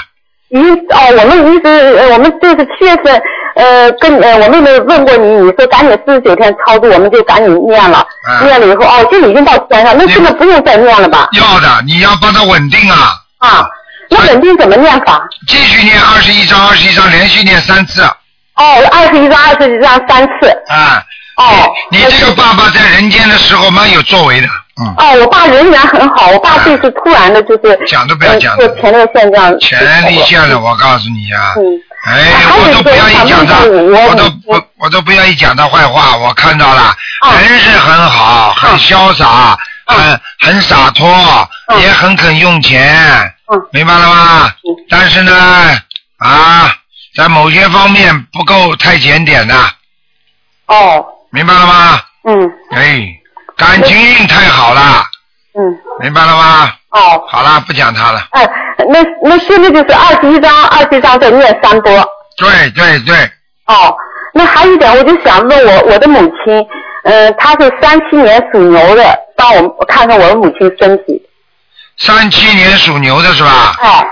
[SPEAKER 2] 一哦，我们一直呃我们就是七月份，呃，跟呃我妹妹问过你，你说赶紧四十九天超度，我们就赶紧念了，
[SPEAKER 1] 啊
[SPEAKER 2] 念了以后哦，就已经到天上，那
[SPEAKER 1] 你
[SPEAKER 2] 现在不用再念了吧？
[SPEAKER 1] 要的，你要帮他稳定啊。
[SPEAKER 2] 啊，那稳定怎么念法？
[SPEAKER 1] 继续念二十一章，二十一章连续念三次
[SPEAKER 2] 哦，二十一张，二十一张，三次。
[SPEAKER 1] 啊！
[SPEAKER 2] 哦，
[SPEAKER 1] 你这个爸爸在人间的时候蛮有作为的，嗯，
[SPEAKER 2] 哦，我爸人缘很好，我爸这次突然的就是
[SPEAKER 1] 讲都不要讲
[SPEAKER 2] 呃做前列腺这样
[SPEAKER 1] 前列腺了，我告诉你啊，
[SPEAKER 2] 嗯，
[SPEAKER 1] 哎，
[SPEAKER 2] 还有
[SPEAKER 1] 我都不愿意讲他，
[SPEAKER 2] 一个我
[SPEAKER 1] 我
[SPEAKER 2] 想问一下
[SPEAKER 1] 都
[SPEAKER 2] 我我
[SPEAKER 1] 我我都不愿意讲他坏话，我看到了，
[SPEAKER 2] 啊
[SPEAKER 1] 人是很好，很潇洒，很很洒脱，
[SPEAKER 2] 嗯
[SPEAKER 1] 也很肯用钱，
[SPEAKER 2] 嗯
[SPEAKER 1] 明白了吗？但是呢，啊，在某些方面不够太检点的，
[SPEAKER 2] 哦，
[SPEAKER 1] 明白了吗？
[SPEAKER 2] 嗯
[SPEAKER 1] 哎，感情运太好了，
[SPEAKER 2] 嗯，
[SPEAKER 1] 明白了吗？
[SPEAKER 2] 哦，
[SPEAKER 1] 好了，不讲他了。
[SPEAKER 2] 哎，那那现在就是二十一章，二十一章再念三波，
[SPEAKER 1] 对对对，
[SPEAKER 2] 哦，那还有一点，我就想问我我的母亲，嗯、她是三七年属牛的，帮我我看看我的母亲身体，
[SPEAKER 1] 三七年属牛的是吧？
[SPEAKER 2] 哎，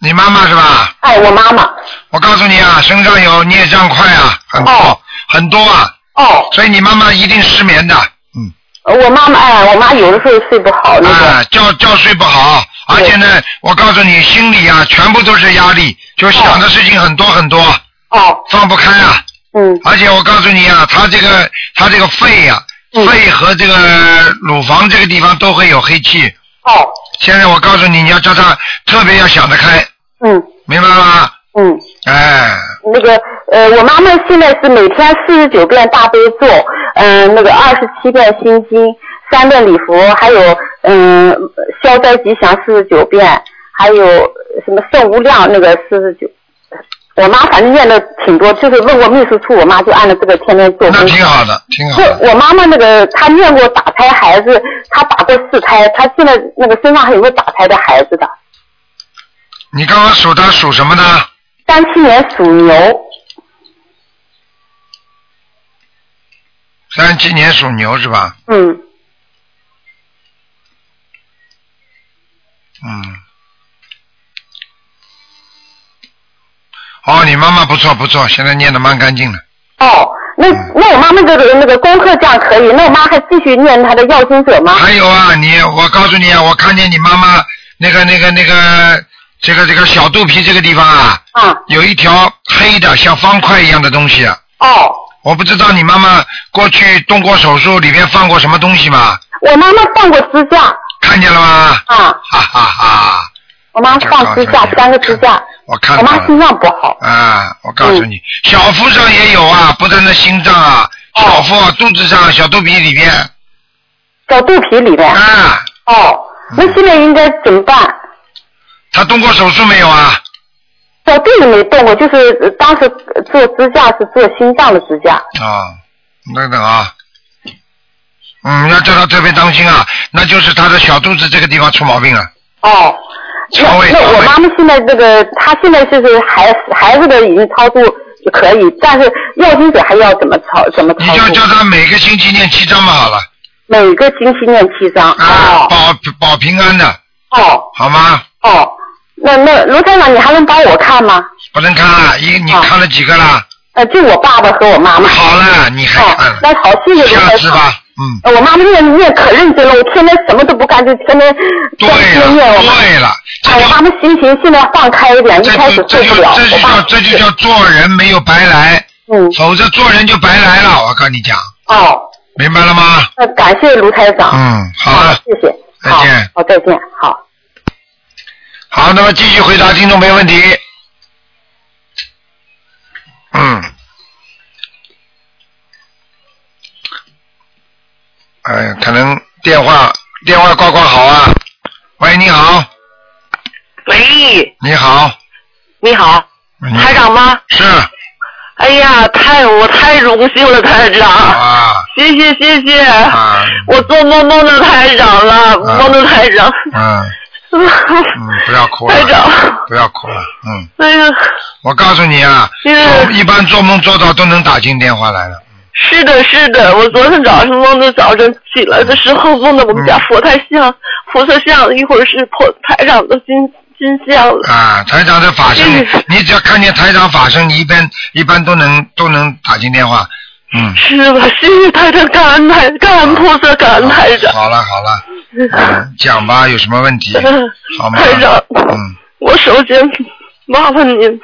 [SPEAKER 1] 你妈妈是吧？
[SPEAKER 2] 哎，我妈妈。
[SPEAKER 1] 我告诉你啊，身上有孽障块啊，很多、
[SPEAKER 2] 哦
[SPEAKER 1] 很多啊，
[SPEAKER 2] 哦，
[SPEAKER 1] 所以你妈妈一定失眠的，嗯，
[SPEAKER 2] 我妈妈哎，我妈有的时候睡不好那个。
[SPEAKER 1] 啊，觉觉睡不好，而且呢，我告诉你，心里啊全部都是压力，就想的事情很多很多，
[SPEAKER 2] 哦，
[SPEAKER 1] 放不开啊。
[SPEAKER 2] 嗯，
[SPEAKER 1] 而且我告诉你啊，她这个她这个肺呀、
[SPEAKER 2] 嗯
[SPEAKER 1] 肺和这个乳房这个地方都会有黑气。
[SPEAKER 2] 哦，
[SPEAKER 1] 现在我告诉你，你要叫她特别要想得开，
[SPEAKER 2] 嗯
[SPEAKER 1] 明白吗？
[SPEAKER 2] 嗯。
[SPEAKER 1] 哎，
[SPEAKER 2] 那个呃，我妈妈现在是每天四十九遍大悲咒，嗯、那个二十七遍心经，三遍礼佛，还有嗯、消灾吉祥四十九遍，还有什么圣无量那个四十九。我妈反正念的挺多，就是问过秘书处，我妈就按照这个天天做
[SPEAKER 1] 那
[SPEAKER 2] 功课。
[SPEAKER 1] 挺好的，挺好
[SPEAKER 2] 是
[SPEAKER 1] 的。
[SPEAKER 2] 我妈妈那个，她念过打胎孩子，她打过四胎，她现在那个身上还有没有打胎的孩子的？
[SPEAKER 1] 你刚刚数她属什么呢？
[SPEAKER 2] 三七年属牛，
[SPEAKER 1] 三七年属牛是吧？
[SPEAKER 2] 嗯，
[SPEAKER 1] 嗯。哦，你妈妈不错不错，现在念的蛮干净的。
[SPEAKER 2] 哦，那
[SPEAKER 1] 嗯
[SPEAKER 2] 那我妈妈这个那个功课这样可以，那我妈还继续念她的要经者吗？
[SPEAKER 1] 还有啊，你我告诉你啊，我看见你妈妈那个那个那个这个这个小肚皮这个地方啊，
[SPEAKER 2] 啊，
[SPEAKER 1] 有一条黑的像方块一样的东西啊。
[SPEAKER 2] 哦，
[SPEAKER 1] 我不知道你妈妈过去动过手术，里面放过什么东西吗？
[SPEAKER 2] 我妈妈放过支架
[SPEAKER 1] 看见了吗？
[SPEAKER 2] 啊，
[SPEAKER 1] 哈哈哈！
[SPEAKER 2] 我妈放支架
[SPEAKER 1] 我告诉你
[SPEAKER 2] 三个支架，
[SPEAKER 1] 我看
[SPEAKER 2] 我
[SPEAKER 1] 到
[SPEAKER 2] 妈
[SPEAKER 1] 了。
[SPEAKER 2] 心脏不好，嗯
[SPEAKER 1] 啊，我告诉你，小腹上也有啊，不但那心脏啊，
[SPEAKER 2] 哦
[SPEAKER 1] 小腹、啊、肚子上、小肚皮里面
[SPEAKER 2] 小肚皮里面。
[SPEAKER 1] 啊，嗯
[SPEAKER 2] 哦，那现在应该怎么办？
[SPEAKER 1] 他动过手术没有啊？
[SPEAKER 2] 小肚子没动过，就是呃当时呃做支架是做心脏的支架。
[SPEAKER 1] 啊，等等啊，嗯，要叫他特别当心啊，那就是他的小肚子这个地方出毛病啊了。
[SPEAKER 2] 哦，那
[SPEAKER 1] 肠胃
[SPEAKER 2] 那
[SPEAKER 1] 肠
[SPEAKER 2] 我
[SPEAKER 1] 胃
[SPEAKER 2] 妈妈现在这个，她现在就是孩孩子的已经超度就可以，但是要经者还要怎么超怎么
[SPEAKER 1] 你
[SPEAKER 2] 超
[SPEAKER 1] 就
[SPEAKER 2] 度？
[SPEAKER 1] 叫他每个星期念七章嘛，好了
[SPEAKER 2] 每个星期念七章。
[SPEAKER 1] 啊，
[SPEAKER 2] 哦
[SPEAKER 1] 保保平安的，
[SPEAKER 2] 哦
[SPEAKER 1] 好吗？
[SPEAKER 2] 哦，那那卢台长，你还能帮我看吗？
[SPEAKER 1] 不能看啊，一你
[SPEAKER 2] 好
[SPEAKER 1] 看了几个啦？
[SPEAKER 2] 呃，就我爸爸和我妈妈。
[SPEAKER 1] 好了，你还看
[SPEAKER 2] 哦，那好，谢谢卢
[SPEAKER 1] 下
[SPEAKER 2] 台
[SPEAKER 1] 次
[SPEAKER 2] 长。
[SPEAKER 1] 吧，嗯。
[SPEAKER 2] 呃我妈妈念念可认真了，我天天什么都不干，就天天
[SPEAKER 1] 对
[SPEAKER 2] 天
[SPEAKER 1] 了
[SPEAKER 2] 天，念我妈。
[SPEAKER 1] 对了，这
[SPEAKER 2] 哎，我
[SPEAKER 1] 就
[SPEAKER 2] 妈妈心情现在放开一点，一
[SPEAKER 1] 这
[SPEAKER 2] 开
[SPEAKER 1] 就
[SPEAKER 2] 始受
[SPEAKER 1] 这就
[SPEAKER 2] 不了。
[SPEAKER 1] 这就
[SPEAKER 2] 我爸
[SPEAKER 1] 叫这就叫做人没有白来，
[SPEAKER 2] 嗯
[SPEAKER 1] 否则做人就白来了。我跟你讲，
[SPEAKER 2] 哦。
[SPEAKER 1] 明白了吗？
[SPEAKER 2] 那呃感谢卢台长。
[SPEAKER 1] 嗯，好了，
[SPEAKER 2] 谢谢。
[SPEAKER 1] 再
[SPEAKER 2] 好
[SPEAKER 1] 见
[SPEAKER 2] 好，再见。好。
[SPEAKER 1] 好，那么继续回答听众没问题。嗯。哎呀，可能电话电话挂挂好啊。喂，你好，
[SPEAKER 5] 喂，
[SPEAKER 1] 你好，
[SPEAKER 5] 你好，
[SPEAKER 1] 你
[SPEAKER 5] 台长吗？
[SPEAKER 1] 是
[SPEAKER 5] 哎呀，太我太荣幸了，台长，
[SPEAKER 1] 啊
[SPEAKER 5] 谢谢谢谢，
[SPEAKER 1] 啊，
[SPEAKER 5] 我做梦梦到台长了，
[SPEAKER 1] 啊
[SPEAKER 5] 梦到台长，
[SPEAKER 1] 嗯嗯，不要哭
[SPEAKER 5] 台
[SPEAKER 1] 了，
[SPEAKER 5] 长，
[SPEAKER 1] 不要哭了，嗯。
[SPEAKER 5] 哎呀，
[SPEAKER 1] 我告诉你啊，
[SPEAKER 5] 嗯
[SPEAKER 1] 做一般做梦做到都能打进电话来了。
[SPEAKER 5] 是的，是的，我昨天早上梦到早晨起来的时候，梦到我们
[SPEAKER 1] 嗯
[SPEAKER 5] 家佛台像、菩萨像，一会儿是佛台长的金金像，
[SPEAKER 1] 啊，台长的法身
[SPEAKER 5] 嗯，
[SPEAKER 1] 你只要看见台长法身，你一般一般都能都能打进电话。嗯，
[SPEAKER 5] 是吧？谢谢台长，感恩台，感恩菩萨，感恩台长。
[SPEAKER 1] 好了好了，嗯讲吧，有什么问题？好吗？
[SPEAKER 5] 嗯台长，
[SPEAKER 1] 嗯
[SPEAKER 5] 我首先麻烦您
[SPEAKER 1] 嗯，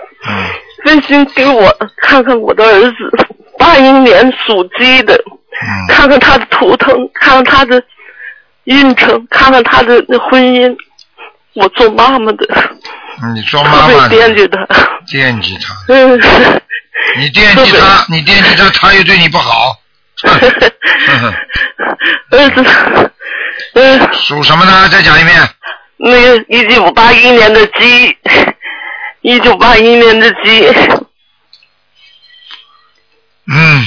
[SPEAKER 5] 温馨给我看看我的儿子，八一年属鸡的，
[SPEAKER 1] 嗯，
[SPEAKER 5] 看看他的图腾，看看他的运程，看看他的那婚姻。我做妈妈的，
[SPEAKER 1] 嗯你说妈
[SPEAKER 5] 特
[SPEAKER 1] 妈
[SPEAKER 5] 别
[SPEAKER 1] 呢
[SPEAKER 5] 惦记他。
[SPEAKER 1] 惦记他，
[SPEAKER 5] 嗯，
[SPEAKER 1] 你惦记他，你惦记他，他又对你不
[SPEAKER 5] [LAUGHS]
[SPEAKER 1] 好。
[SPEAKER 5] 儿子，嗯，
[SPEAKER 1] 属什么呢？再讲一遍。
[SPEAKER 5] 那个一九八一年的鸡，一九八一年的鸡，
[SPEAKER 1] 嗯，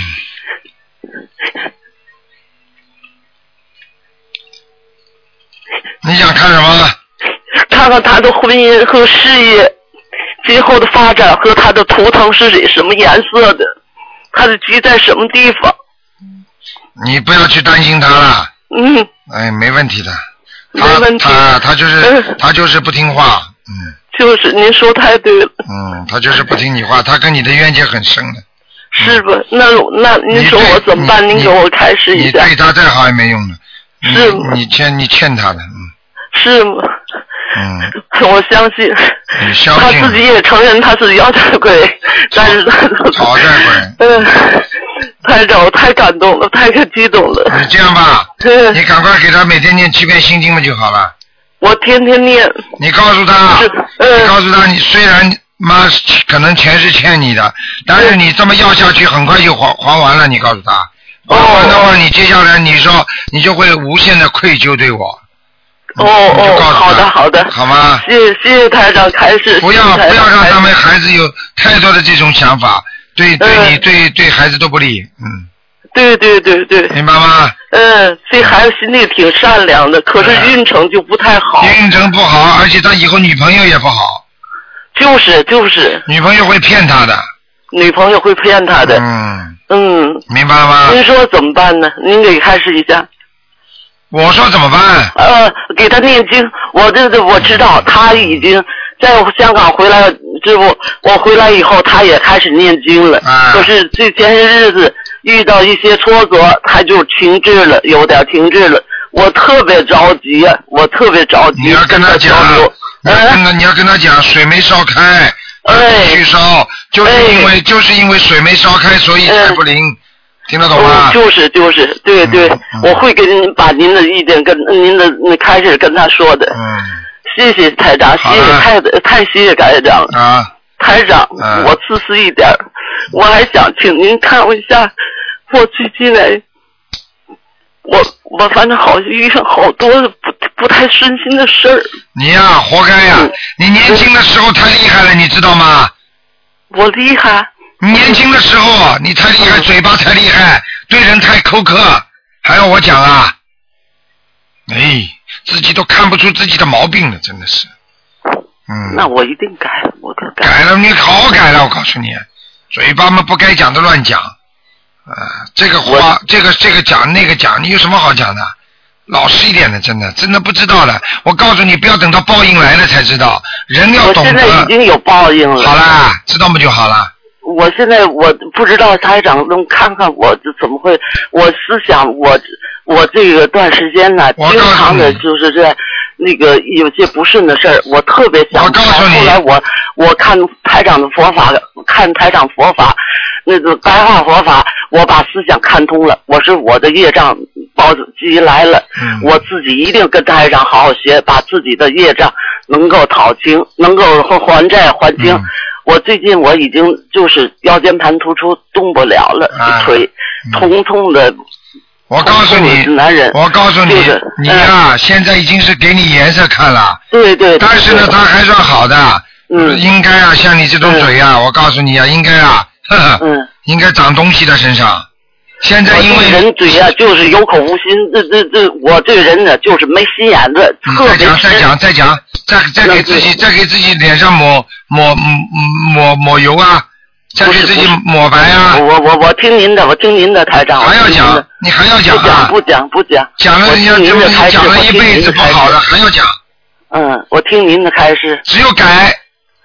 [SPEAKER 1] 你想看什么？
[SPEAKER 5] 看看他的婚姻和事业今后的发展和他的图腾是什么颜色的，他的鸡在什么地方？
[SPEAKER 1] 你不要去担心他了，
[SPEAKER 5] 嗯，
[SPEAKER 1] 哎，没问题的。
[SPEAKER 5] 没问题
[SPEAKER 1] 他他他就是
[SPEAKER 5] 嗯
[SPEAKER 1] 他就是不听话，嗯
[SPEAKER 5] 就是您说太对了，
[SPEAKER 1] 嗯，他就是不听你话，他跟你的冤结很深的。
[SPEAKER 5] 是吧？那那您说
[SPEAKER 1] 对
[SPEAKER 5] 我怎么办？
[SPEAKER 1] 你
[SPEAKER 5] 您给我开示一
[SPEAKER 1] 你
[SPEAKER 5] 下，
[SPEAKER 1] 对他再好也没用的，你
[SPEAKER 5] 是吗
[SPEAKER 1] 你欠你欠他的，嗯
[SPEAKER 5] 是吗？
[SPEAKER 1] 嗯，
[SPEAKER 5] 我相信，
[SPEAKER 1] 你相
[SPEAKER 5] 他
[SPEAKER 1] 信
[SPEAKER 5] 自己也承认他自己要出轨，但是他
[SPEAKER 1] 讨债鬼，
[SPEAKER 5] 嗯，台长，我太感动了，太激动了。
[SPEAKER 1] 你这样吧，
[SPEAKER 5] 嗯
[SPEAKER 1] 你赶快给他每天念七遍心经嘛就好了。
[SPEAKER 5] 我天天念，
[SPEAKER 1] 你告诉他，
[SPEAKER 5] 是嗯
[SPEAKER 1] 你告诉他，你虽然妈可能钱是欠你的，但是你这么要下去，很快就还还完了。你告诉他，
[SPEAKER 5] 哦
[SPEAKER 1] 还完的话，你接下来你说你就会无限的愧疚对我。
[SPEAKER 5] 哦
[SPEAKER 1] 你就
[SPEAKER 5] 哦，
[SPEAKER 1] 告诉他
[SPEAKER 5] 好的好的，
[SPEAKER 1] 好吗？
[SPEAKER 5] 谢谢谢谢台长开始，
[SPEAKER 1] 不
[SPEAKER 5] 谢
[SPEAKER 1] 要
[SPEAKER 5] 谢
[SPEAKER 1] 不
[SPEAKER 5] 台长
[SPEAKER 1] 要让
[SPEAKER 5] 开始
[SPEAKER 1] 他们孩子有太多的这种想法，对对
[SPEAKER 5] 嗯
[SPEAKER 1] 你对对孩子都不利，嗯，
[SPEAKER 5] 对对对对，
[SPEAKER 1] 明白吗？
[SPEAKER 5] 嗯，这孩子心地挺善良的，可是运程就不太好，
[SPEAKER 1] 运程不好，而且他以后女朋友也不好，
[SPEAKER 5] 就是就是，
[SPEAKER 1] 女朋友会骗他的。
[SPEAKER 5] 女朋友会骗他的，
[SPEAKER 1] 嗯，
[SPEAKER 5] 嗯，
[SPEAKER 1] 明白吗？
[SPEAKER 5] 您说怎么办呢？您给开示一下。
[SPEAKER 1] 我说怎么办？
[SPEAKER 5] 呃，给他念经，我这这我知
[SPEAKER 1] 嗯
[SPEAKER 5] 道，他已经在香港回来之后，我回来以后，他也开始念经了。
[SPEAKER 1] 啊
[SPEAKER 5] 可是这前些日子遇到一些挫折，他就停滞了，有点停滞了。我特别着急，啊我特别着急。
[SPEAKER 1] 你要跟他讲
[SPEAKER 5] 交流，
[SPEAKER 1] 你要跟他你要跟他讲，水没烧开，
[SPEAKER 5] 哎
[SPEAKER 1] 继续烧，就是因为就是因为水没烧开，所以才不灵，听得懂吗
[SPEAKER 5] 嗯，？就是就是，对
[SPEAKER 1] 嗯
[SPEAKER 5] 对，
[SPEAKER 1] 嗯
[SPEAKER 5] 我会跟您把您的意见跟嗯您的那开始跟他说的。
[SPEAKER 1] 嗯，
[SPEAKER 5] 谢谢台长，谢
[SPEAKER 1] 好
[SPEAKER 5] 谢
[SPEAKER 1] 了
[SPEAKER 5] 太太谢谢台长了。
[SPEAKER 1] 啊，
[SPEAKER 5] 台长，
[SPEAKER 1] 嗯
[SPEAKER 5] 我自私一点儿，我还想请您看一下，我最近来，我我反正好遇上好多不不太顺心的事儿，
[SPEAKER 1] 你呀、活该呀、
[SPEAKER 5] 嗯
[SPEAKER 1] 你年轻的时候太厉害了，你知道吗？
[SPEAKER 5] 我厉害，嗯
[SPEAKER 1] 你年轻的时候你太厉害，嘴巴太厉害，对人太苛刻，还要我讲啊？哎，自己都看不出自己的毛病了，真的是。嗯。
[SPEAKER 5] 那我一定改，我可改。
[SPEAKER 1] 改了，你好好改了，我告诉你，嘴巴嘛不该讲的乱讲，啊、这个话，这个这个讲那个讲，你有什么好讲的？老实一点的，真的，真的不知道的，我告诉你，不要等到报应来了才知道，人要
[SPEAKER 5] 我
[SPEAKER 1] 懂
[SPEAKER 5] 现在已
[SPEAKER 1] 得。
[SPEAKER 5] 经有报应了。
[SPEAKER 1] 好啦，知道不就好了？
[SPEAKER 5] 我现在我不知道台长能看看我这怎么会，我思想我我这个段时间呢，
[SPEAKER 1] 我告诉
[SPEAKER 5] 经
[SPEAKER 1] 你
[SPEAKER 5] 常的就是在那个有些不顺的事儿，我特别想
[SPEAKER 1] 我
[SPEAKER 5] 不
[SPEAKER 1] 告
[SPEAKER 5] 开。
[SPEAKER 1] 诉你
[SPEAKER 5] 后来我我看台长的佛法，看台长佛法，那个白话佛法，我把思想看通了。我是我的业障包积来了，
[SPEAKER 1] 嗯
[SPEAKER 5] 我自己一定跟台长好好学，把自己的业障能够讨清，能够还债还清。
[SPEAKER 1] 嗯
[SPEAKER 5] 我最近我已经就是腰间盘突出，动不了了，
[SPEAKER 1] 啊
[SPEAKER 5] 腿
[SPEAKER 1] 嗯
[SPEAKER 5] 痛痛的。
[SPEAKER 1] 我告诉
[SPEAKER 5] 我
[SPEAKER 1] 你
[SPEAKER 5] 是男人，
[SPEAKER 1] 我告诉你
[SPEAKER 5] 就是，
[SPEAKER 1] 你呀、现在已经是给你颜色看了，
[SPEAKER 5] 对对。
[SPEAKER 1] 但是呢，
[SPEAKER 5] 对
[SPEAKER 1] 他还算好的，
[SPEAKER 5] 嗯
[SPEAKER 1] 应该啊，像你这种
[SPEAKER 5] 嗯
[SPEAKER 1] 嘴啊，我告诉你啊，应该啊， [LAUGHS] 呵呵，
[SPEAKER 5] 嗯，
[SPEAKER 1] 应该长东西在身上。现在
[SPEAKER 5] 我
[SPEAKER 1] 因为
[SPEAKER 5] 这人嘴呀、就是有口无心，这这这，我这个人呢，就是没心眼子，
[SPEAKER 1] 嗯
[SPEAKER 5] 特
[SPEAKER 1] 再
[SPEAKER 5] 别嗯
[SPEAKER 1] 讲再
[SPEAKER 5] 是
[SPEAKER 1] 讲再讲，再再给自己再给自己脸上抹抹嗯抹抹抹油啊，再给自己抹白啊，
[SPEAKER 5] 我我我听您的，我听您的，台长。
[SPEAKER 1] 还要
[SPEAKER 5] 我听您
[SPEAKER 1] 讲
[SPEAKER 5] 的，
[SPEAKER 1] 你还要啊
[SPEAKER 5] 不讲，不讲不讲，
[SPEAKER 1] 讲了人家
[SPEAKER 5] 我听
[SPEAKER 1] 这
[SPEAKER 5] 您的
[SPEAKER 1] 么
[SPEAKER 5] 开始
[SPEAKER 1] 讲了
[SPEAKER 5] 我
[SPEAKER 1] 一
[SPEAKER 5] 听
[SPEAKER 1] 辈
[SPEAKER 5] 您
[SPEAKER 1] 子
[SPEAKER 5] 的
[SPEAKER 1] 不
[SPEAKER 5] 开始
[SPEAKER 1] 好的，还要讲，
[SPEAKER 5] 嗯，我听您的开始，
[SPEAKER 1] 只有改，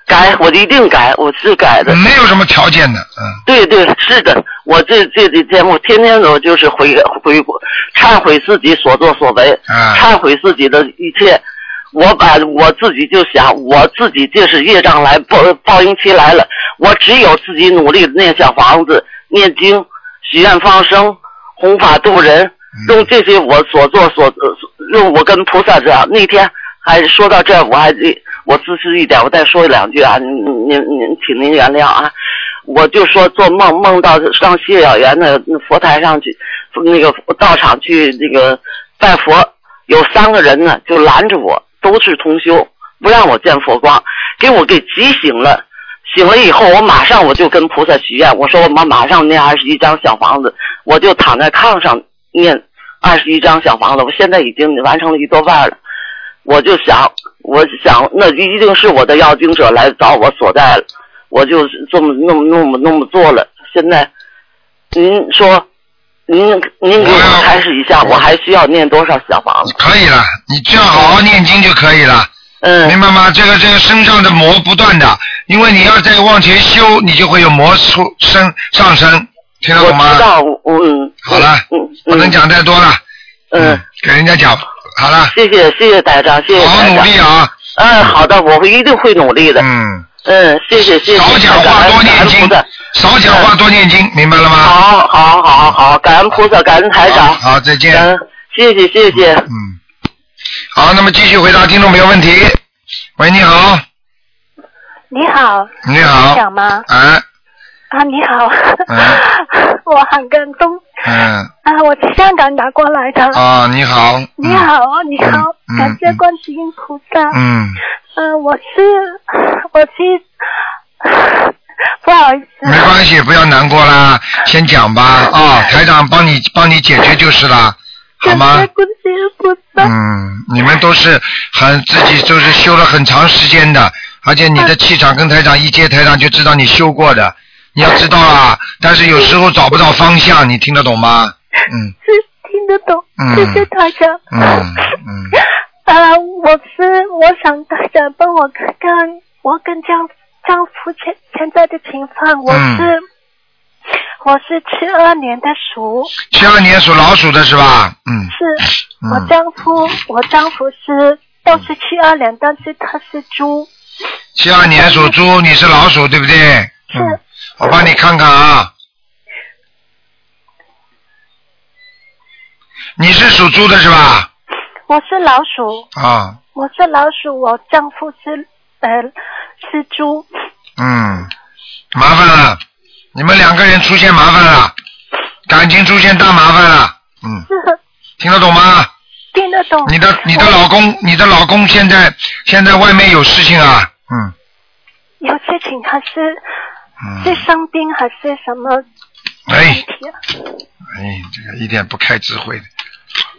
[SPEAKER 5] 改我一定改，我是改的。
[SPEAKER 1] 没有什么条件的，嗯，
[SPEAKER 5] 对对，是的，我这这几天我天天我就是悔悔忏悔自己所作所为，
[SPEAKER 1] 啊
[SPEAKER 5] 忏悔自己的一切。我把我自己就想，我自己这是业障来报报应期来了，我只有自己努力念小房子、念经、许愿放生、弘法度人，用这些我所做所呃用我跟菩萨这样。那天还说到这儿，我还我自私一点，我再说两句啊，您您您，请您原谅啊。我就说做梦梦到上谢小园的佛台上去，那个道场去那个拜佛，有三个人呢就拦着我，都是同修，不让我见佛光，给我给急醒了。醒了以后，我马上我就跟菩萨许愿，我说我马马上念二十一张小房子，我就躺在炕上念二十一张小房子，我现在已经完成了一多半了。我就想，我想那一定是我的要经者来找我所在了，我就是这么那么那么那么做了。现在，您说，您您
[SPEAKER 1] 我
[SPEAKER 5] 给我
[SPEAKER 1] 要
[SPEAKER 5] 开始一下，我还需要念多少小房子？
[SPEAKER 1] 可以了，你只要好好念经就可以了，
[SPEAKER 5] 嗯，
[SPEAKER 1] 明白吗？这个这个身上的魔不断的，因为你要再往前修，你就会有魔出升上升，听得
[SPEAKER 5] 我
[SPEAKER 1] 懂吗
[SPEAKER 5] 知？道，我我嗯，
[SPEAKER 1] 好了
[SPEAKER 5] 嗯
[SPEAKER 1] 不能
[SPEAKER 5] 嗯
[SPEAKER 1] 讲太多了，
[SPEAKER 5] 嗯，
[SPEAKER 1] 给人家讲好了，
[SPEAKER 5] 谢谢谢谢台长，谢谢
[SPEAKER 1] 好好
[SPEAKER 5] 台
[SPEAKER 1] 努
[SPEAKER 5] 长。
[SPEAKER 1] 力啊，
[SPEAKER 5] 嗯，好的，我会一定会努力的。
[SPEAKER 1] 嗯，
[SPEAKER 5] 嗯，谢谢谢谢。
[SPEAKER 1] 少讲
[SPEAKER 5] 感
[SPEAKER 1] 话
[SPEAKER 5] 恩
[SPEAKER 1] 多
[SPEAKER 5] 感
[SPEAKER 1] 念
[SPEAKER 5] 恩
[SPEAKER 1] 经
[SPEAKER 5] 菩萨，嗯
[SPEAKER 1] 少讲话多念经，明白了吗？
[SPEAKER 5] 好好好好，感恩菩萨，感恩台
[SPEAKER 1] 好，
[SPEAKER 5] 长，
[SPEAKER 1] 好，再见。
[SPEAKER 5] 感恩，谢谢谢谢。
[SPEAKER 1] 嗯，好，那么继续回答听众朋友问题。喂，你好，
[SPEAKER 6] 你好，
[SPEAKER 1] 你好，
[SPEAKER 6] 讲吗？
[SPEAKER 1] 哎，
[SPEAKER 6] 啊，你好， [LAUGHS]
[SPEAKER 1] 嗯
[SPEAKER 6] 我很感动
[SPEAKER 1] 嗯，
[SPEAKER 6] 啊，我从香港打过来的。
[SPEAKER 1] 啊，你好，嗯
[SPEAKER 6] 你，好，你好，
[SPEAKER 1] 嗯
[SPEAKER 6] 感谢
[SPEAKER 1] 嗯
[SPEAKER 6] 观世音菩萨。
[SPEAKER 1] 嗯，
[SPEAKER 6] 嗯、我是我是， [SIGHS] 不好意思
[SPEAKER 1] 没关系，不要难过啦，先讲吧，啊、台长帮你帮你解决就是啦，好
[SPEAKER 6] 感
[SPEAKER 1] 吗？
[SPEAKER 6] 谢观世音菩萨。
[SPEAKER 1] 嗯，你们都是很自己都是修了很长时间的，而且你的气场跟台长一接，台长就知道你修过的。你要知道啊，但是有时候找不到方向，你听得懂吗？嗯
[SPEAKER 6] 是听得懂，
[SPEAKER 1] 嗯
[SPEAKER 6] 谢谢大家。
[SPEAKER 1] 嗯嗯，
[SPEAKER 6] 啊，我是我想大家帮我看看我跟丈丈夫现现在的情况。我
[SPEAKER 1] 嗯
[SPEAKER 6] 是、我是七二年的鼠，
[SPEAKER 1] 七二年属老鼠的是吧？嗯
[SPEAKER 6] 是我
[SPEAKER 1] 嗯，
[SPEAKER 6] 丈夫，我丈夫是都是七二年，但是他是猪，
[SPEAKER 1] 七二年属猪，你是老鼠对不对？
[SPEAKER 6] 是
[SPEAKER 1] 嗯，我帮你看看啊。你是属猪的是吧？
[SPEAKER 6] 我是老鼠，
[SPEAKER 1] 啊，
[SPEAKER 6] 我是老鼠，我丈夫是呃是猪，
[SPEAKER 1] 嗯，麻烦了，你们两个人出现麻烦了，感情出现大麻烦了。
[SPEAKER 6] [LAUGHS]
[SPEAKER 1] 嗯，
[SPEAKER 6] 是
[SPEAKER 1] 听得懂吗？
[SPEAKER 6] 听得懂？
[SPEAKER 1] 你的你的
[SPEAKER 6] 我
[SPEAKER 1] 老公，你的老公现在现在外面有事情啊。嗯
[SPEAKER 6] 有事情还是是
[SPEAKER 1] 嗯，
[SPEAKER 6] 生病还是什么问
[SPEAKER 1] 哎
[SPEAKER 6] 题啊？
[SPEAKER 1] 哎，这个一点不开智慧的，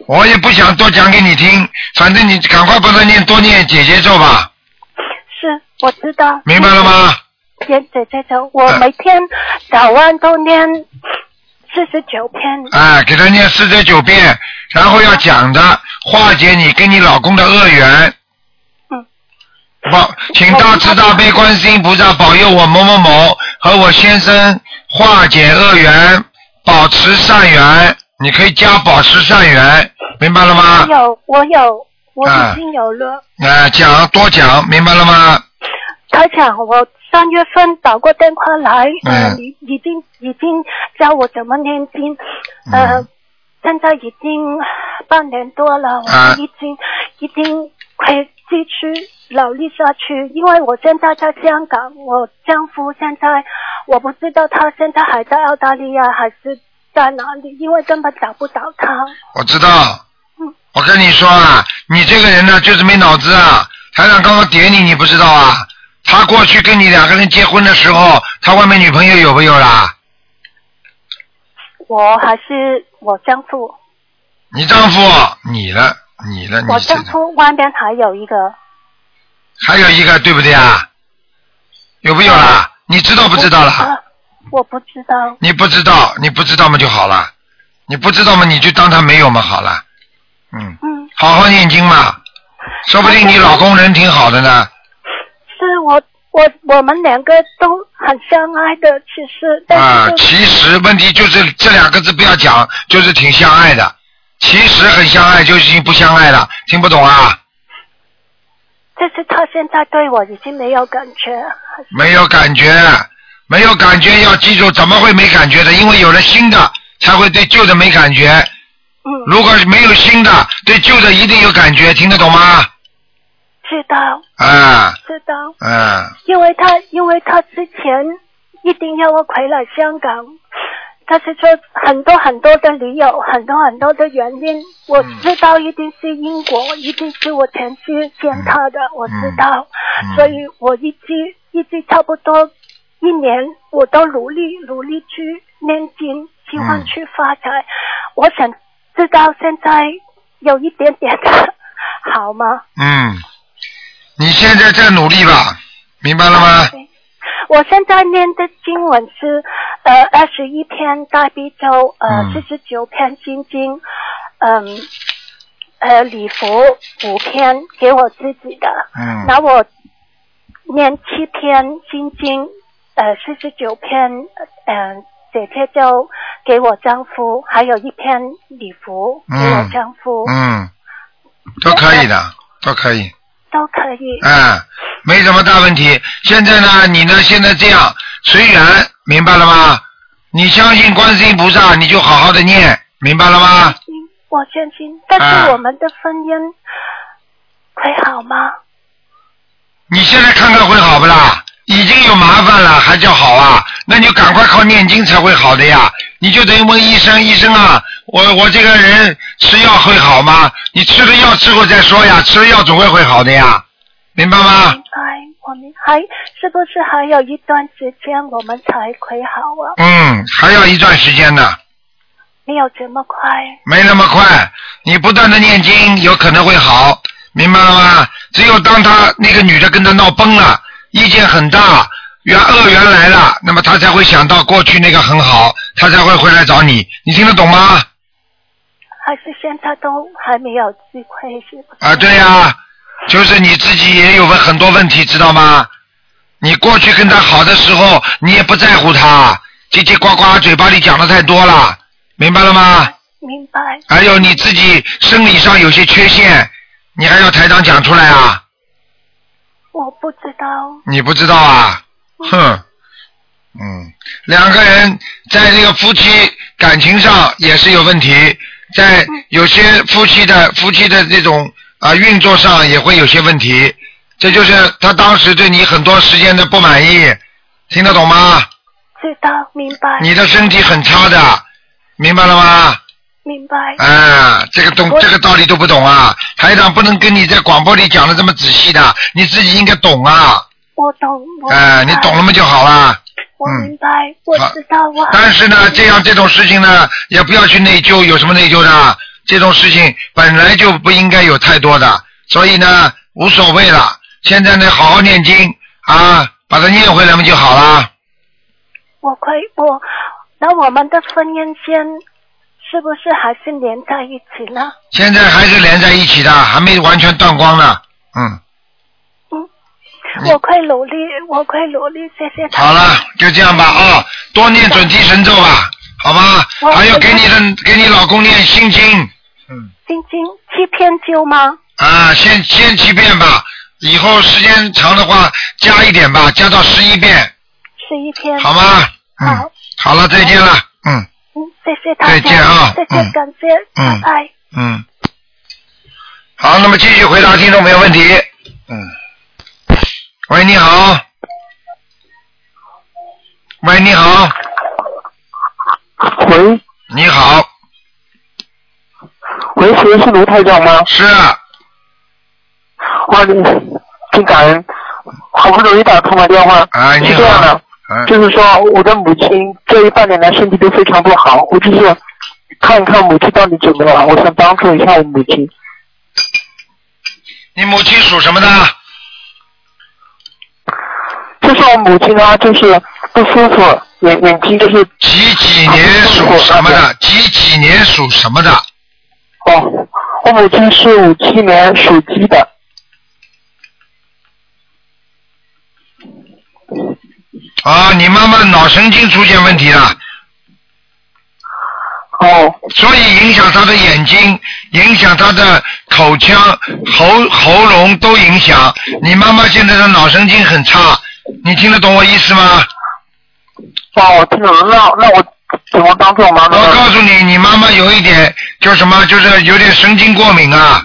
[SPEAKER 1] 我也不想多讲给你听，反正你赶快帮他念多念姐姐咒吧，
[SPEAKER 6] 是，我知道。
[SPEAKER 1] 明白了吗？
[SPEAKER 6] 严姐姐的，我每天早晚都念四十九篇。
[SPEAKER 1] 哎，给他念四十九遍，然后要讲的化解你跟你老公的恶缘。
[SPEAKER 6] 嗯。
[SPEAKER 1] 保，请大慈大悲观世音菩萨保佑我某某某和我先生化解恶缘，保持善缘。你可以加保持善缘，明白了吗
[SPEAKER 6] 我？有，我有，我
[SPEAKER 1] 啊
[SPEAKER 6] 已经有了。
[SPEAKER 1] 哎、讲多讲，明白了吗？
[SPEAKER 6] 台长，我三月份打过电话来，呃，
[SPEAKER 1] 嗯
[SPEAKER 6] 已已经已经教我怎么念经，呃，
[SPEAKER 1] 嗯
[SPEAKER 6] 现在已经半年多了，我
[SPEAKER 1] 啊
[SPEAKER 6] 已经、已经会继续努力下去，因为我现在在香港，我丈夫现在我不知道他现在还在澳大利亚还是在哪里，因为根本找不到他。
[SPEAKER 1] 我知道
[SPEAKER 6] 嗯。
[SPEAKER 1] 我跟你说啊，你这个人呢，就是没脑子啊！台长刚刚点你，你不知道啊？他过去跟你两个人结婚的时候，他外面女朋友有没有啦？
[SPEAKER 6] 我还是我丈夫，
[SPEAKER 1] 你丈夫，你了，你了，你
[SPEAKER 6] 我
[SPEAKER 1] 这
[SPEAKER 6] 丈夫外面还有一个，
[SPEAKER 1] 还有一个对不对啊？有没有啦？你知道不知道啦？
[SPEAKER 6] 啊我不知道。
[SPEAKER 1] 你不知道，你不知道嘛就好了，你不知道嘛你就当他没有嘛好了，嗯，
[SPEAKER 6] 嗯，
[SPEAKER 1] 好好念经嘛，说不定你老公人挺好的呢，
[SPEAKER 6] 是我我我们两个都很相爱的，其实，但
[SPEAKER 1] 啊
[SPEAKER 6] 是、，就
[SPEAKER 1] 其实问题就是这两个字不要讲，就是挺相爱的，其实很相爱就已经不相爱了，听不懂啊？
[SPEAKER 6] 但是他现在对我已经没有感觉，
[SPEAKER 1] 没有感觉，没有感觉要记住，怎么会没感觉的？因为有了新的，才会对旧的没感觉。
[SPEAKER 6] 嗯，
[SPEAKER 1] 如果是没有新的，对旧的一定有感觉，听得懂吗？
[SPEAKER 6] 知道
[SPEAKER 1] 啊，
[SPEAKER 6] 知道，
[SPEAKER 1] 嗯，
[SPEAKER 6] 因为他因为他之前一定要我回来香港。他是说很多很多的理由，很多很多的原因，我
[SPEAKER 1] 嗯
[SPEAKER 6] 知道一定是因果，一定是我前妻骗他的，我知道，
[SPEAKER 1] 嗯
[SPEAKER 6] 所以我一直一直差不多一年，我都努力努力去念经，希
[SPEAKER 1] 嗯
[SPEAKER 6] 望去发财。我想知道现在有一点点的 [LAUGHS] 好吗？
[SPEAKER 1] 嗯，你现在在努力吧，明白了吗？
[SPEAKER 6] [LAUGHS] 我现在念的经文是呃二十一篇大悲咒，呃
[SPEAKER 1] 嗯
[SPEAKER 6] 四十九篇心经，嗯，呃礼佛五篇给我自己的，
[SPEAKER 1] 嗯
[SPEAKER 6] 那我念七篇心经，呃四十九篇，嗯、呃、姐姐就给我丈夫，还有一篇礼服给我
[SPEAKER 1] 嗯
[SPEAKER 6] 丈夫，
[SPEAKER 1] 嗯，都可以的，都可以。
[SPEAKER 6] 都可以。
[SPEAKER 1] 嗯，没什么大问题。现在呢，你呢现在这样随缘，明白了吗？你相信观世音菩萨，你就好好的念，明白了吗？啊
[SPEAKER 6] 嗯我相信，但是我们的婚姻会好吗？
[SPEAKER 1] 你现在看看会好不啦？已经有麻烦了，还叫好啊？那你就赶快靠念经才会好的呀！你就等于问医生，医生啊，我我这个人吃药会好吗？你吃了药之后再说呀，吃了药总会会好的呀，明白吗
[SPEAKER 6] 明？白，我们还是不是还有一段时间我们才会好啊？
[SPEAKER 1] 嗯，还要一段时间呢。
[SPEAKER 6] 没有这么快，
[SPEAKER 1] 没那么快，你不断的念经，有可能会好，明白了吗？只有当他那个女的跟他闹崩了，意见很大，缘恶缘来了，那么他才会想到过去那个很好，他才会回来找你，你听得懂吗？
[SPEAKER 6] 还是现在都还没有机会是不是？
[SPEAKER 1] 啊，对呀、就是你自己也有很多问题，知道吗？你过去跟他好的时候，你也不在乎他，叽叽呱呱，嘴巴里讲的太多了，明白了吗？
[SPEAKER 6] 明白，
[SPEAKER 1] 还有你自己生理上有些缺陷，你还要台长讲出来啊？
[SPEAKER 6] 我不知道，
[SPEAKER 1] 你不知道啊？哼，嗯，两个人在这个夫妻感情上也是有问题，在有些夫妻的夫妻的这种啊、运作上也会有些问题，这就是他当时对你很多时间的不满意，听得懂吗？
[SPEAKER 6] 知道，明白，
[SPEAKER 1] 你的身体很差的，明白了吗？
[SPEAKER 6] 明白，
[SPEAKER 1] 啊，这个懂这个道理都不懂啊！台长不能跟你在广播里讲的这么仔细的，你自己应该懂啊！
[SPEAKER 6] 我懂，我
[SPEAKER 1] 哎、你
[SPEAKER 6] 明白
[SPEAKER 1] 懂了吗就好了。
[SPEAKER 6] 我
[SPEAKER 1] 嗯
[SPEAKER 6] 明白，我
[SPEAKER 1] 好
[SPEAKER 6] 知道，我
[SPEAKER 1] 但是呢，这样这种事情呢，也不要去内疚，有什么内疚的？这种事情本来就不应该有太多的，所以呢，无所谓了。现在呢，好好念经啊，把它念回来嘛就好了。
[SPEAKER 6] 我会我，那我们的婚姻线是不是还是连在一起呢？
[SPEAKER 1] 现在还是连在一起的，还没完全断光呢。嗯，嗯
[SPEAKER 6] 我会努力，我会努力，谢谢他。
[SPEAKER 1] 好了，就这样吧啊、多念准提神咒吧，好吧？
[SPEAKER 6] 我
[SPEAKER 1] 还有给你的给你老公念心经
[SPEAKER 6] 晶晶七篇灸吗？
[SPEAKER 1] 啊，先先七遍吧，以后时间长的话加一点吧，加到十一遍。
[SPEAKER 6] 十一篇。
[SPEAKER 1] 好吗？嗯
[SPEAKER 6] 好，
[SPEAKER 1] 好了，再见了，嗯
[SPEAKER 6] 嗯，谢谢大家。
[SPEAKER 1] 再见啊
[SPEAKER 6] 再
[SPEAKER 1] 嗯
[SPEAKER 6] 见，感谢，
[SPEAKER 1] 嗯
[SPEAKER 6] 拜拜。
[SPEAKER 1] 嗯。好，那么继续回答听众朋友问题。嗯。喂，你好。喂，你好，
[SPEAKER 7] 喂
[SPEAKER 1] 你好，
[SPEAKER 7] 喂，谁是卢台长吗？
[SPEAKER 1] 是
[SPEAKER 7] 哇，你真感恩，好不容易打通了电话。
[SPEAKER 1] 哎你
[SPEAKER 7] 是这样
[SPEAKER 1] 好
[SPEAKER 7] 的，
[SPEAKER 1] 嗯
[SPEAKER 7] 就是说我的母亲这一半年来身体都非常不好，我就是看一看母亲到底怎么样，我想帮助一下我母亲。
[SPEAKER 1] 你母亲属什么的？
[SPEAKER 7] 就是我母亲呢，就是不舒服，眼眼睛就是
[SPEAKER 1] 几几年属什么的？几几年属什么的？
[SPEAKER 7] 哦，我母亲是五七年属鸡的，
[SPEAKER 1] 啊，你妈妈脑神经出现问题了，
[SPEAKER 7] 哦
[SPEAKER 1] 所以影响她的眼睛，影响她的口腔、喉喉咙都影响。你妈妈现在的脑神经很差，你听得懂我意思吗？
[SPEAKER 7] 哦，我听懂了，那那我怎么帮助我妈妈
[SPEAKER 1] 我
[SPEAKER 7] 呢？
[SPEAKER 1] 告诉你，你妈妈有一点叫什么，就是有点神经过敏啊。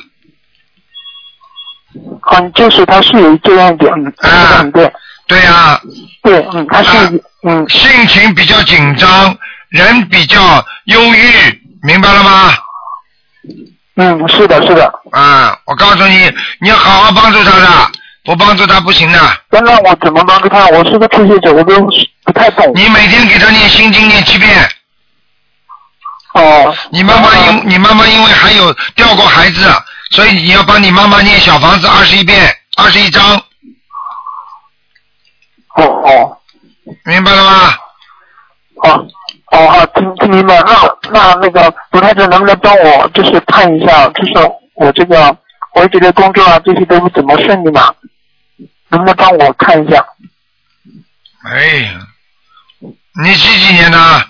[SPEAKER 7] 嗯，就是她是有这样一点，嗯，
[SPEAKER 1] 啊
[SPEAKER 7] 很对，
[SPEAKER 1] 对呀、
[SPEAKER 7] 对，嗯，她是有嗯。
[SPEAKER 1] 性情比较紧张，人比较忧郁，明白了吗？
[SPEAKER 7] 嗯，是的，是的。
[SPEAKER 1] 啊，我告诉你，你要好好帮助她的，不帮助她不行的。
[SPEAKER 7] 那那我怎么帮助他？我是个初学者，我都不太懂。
[SPEAKER 1] 你每天给她念心经念七遍。
[SPEAKER 7] 哦，
[SPEAKER 1] 你妈妈
[SPEAKER 7] 哦
[SPEAKER 1] 因你妈妈因为还有掉过孩子，所以你要帮你妈妈念小房子二十一遍，二十一章，
[SPEAKER 7] 哦哦
[SPEAKER 1] 明白了吗？
[SPEAKER 7] 哦哦好，听听明白。那那那个卢太长能不能帮我就是看一下，就是我这个我这个工作啊这些都不怎么顺利嘛，能不能帮我看一下？
[SPEAKER 1] 哎，你几几年的？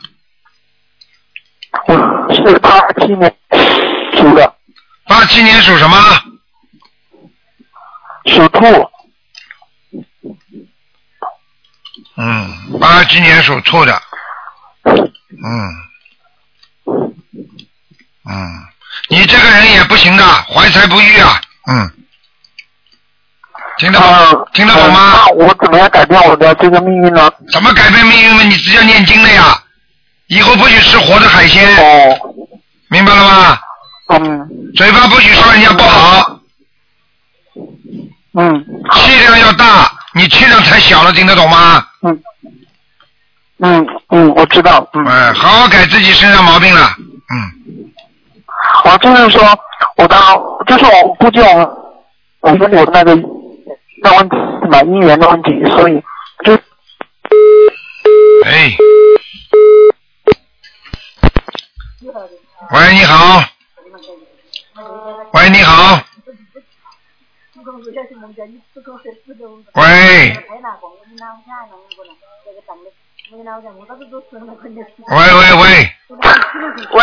[SPEAKER 7] 我是八七年属的，
[SPEAKER 1] 八七年属什么？
[SPEAKER 7] 属兔，
[SPEAKER 1] 嗯，八七年属兔的。嗯，嗯，你这个人也不行的，怀才不遇啊。嗯，听得懂、
[SPEAKER 7] 呃
[SPEAKER 1] 听得懂
[SPEAKER 7] 呃
[SPEAKER 1] 吗？
[SPEAKER 7] 那我怎么样改变我的这个命运呢？
[SPEAKER 1] 怎么改变命运呢？你只要念经了呀，以后不许吃活的海鲜，
[SPEAKER 7] 哦，
[SPEAKER 1] 明白了吗？
[SPEAKER 7] 嗯
[SPEAKER 1] 嘴巴不许说人家不好，
[SPEAKER 7] 嗯
[SPEAKER 1] 气量要大，你气量太小了，听得懂吗？
[SPEAKER 7] 嗯嗯嗯，我知道，嗯。
[SPEAKER 1] 哎，好好改自己身上毛病了。嗯，
[SPEAKER 7] 我就是说，我当就是我估计我我们有那个那问题嘛，姻缘的问题，所以就
[SPEAKER 1] 哎，喂，你好，喂，你好，喂，喂喂喂，
[SPEAKER 8] 喂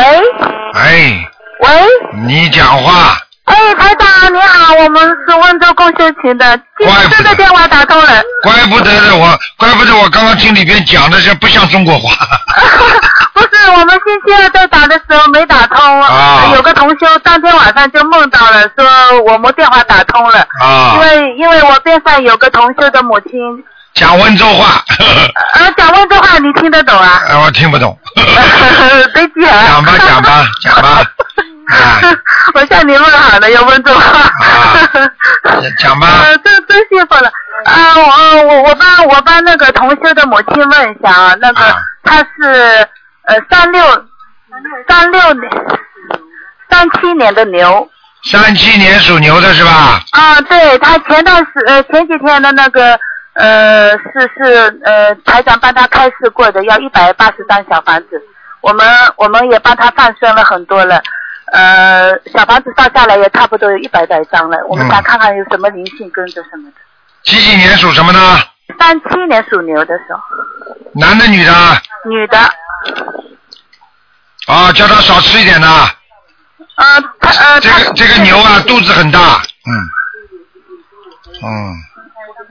[SPEAKER 1] 哎，
[SPEAKER 8] 喂，
[SPEAKER 1] 你讲话，
[SPEAKER 8] 哎，台长你好，我们是温州共修群的，今
[SPEAKER 1] 怪
[SPEAKER 8] 天
[SPEAKER 1] 不得
[SPEAKER 8] 真的电话打通了。
[SPEAKER 1] 怪不得的我，怪不得我刚刚听里边讲的是不像中国话， [LAUGHS]
[SPEAKER 8] 不是，我们星期二在打的时候没打通，
[SPEAKER 1] 啊
[SPEAKER 8] 有个同修当天晚上就梦到了，说我们电话打通了，因
[SPEAKER 1] 啊，
[SPEAKER 8] 为因为我边上有个同修的母
[SPEAKER 1] [LAUGHS]
[SPEAKER 8] 亲，
[SPEAKER 1] 讲温州话，
[SPEAKER 8] 呃，讲温州话你听得懂啊？
[SPEAKER 1] 哎我听不懂，
[SPEAKER 8] [LAUGHS] 对劲啊！
[SPEAKER 1] 讲吧讲吧讲
[SPEAKER 8] [LAUGHS]
[SPEAKER 1] 吧，啊，
[SPEAKER 8] 我向你问好了，要温州话。
[SPEAKER 1] 啊讲吧，
[SPEAKER 8] [LAUGHS] 呃，这真幸福了。啊，我我我帮我帮那个同修的母亲问一下啊，那个
[SPEAKER 1] 啊
[SPEAKER 8] 她是呃三六三六年三七年的牛
[SPEAKER 1] 三七年属牛的是吧？
[SPEAKER 8] 啊，对，她前段时呃前几天的那个呃是是呃台长帮她开示过的，要一百八十张小房子，我们我们也帮她放生了很多了。呃，小房子放下来也差不多有一百来张了，我们
[SPEAKER 1] 嗯
[SPEAKER 8] 想看看有什么灵性跟着什么的。
[SPEAKER 1] 几几年属什么呢？
[SPEAKER 8] 三七年属牛的时候，
[SPEAKER 1] 男的女的？
[SPEAKER 8] 女的，
[SPEAKER 1] 啊，叫他少吃一点呐。
[SPEAKER 8] 呃，她呃，
[SPEAKER 1] 这个
[SPEAKER 8] 她
[SPEAKER 1] 这个牛啊，肚子很大，嗯，嗯，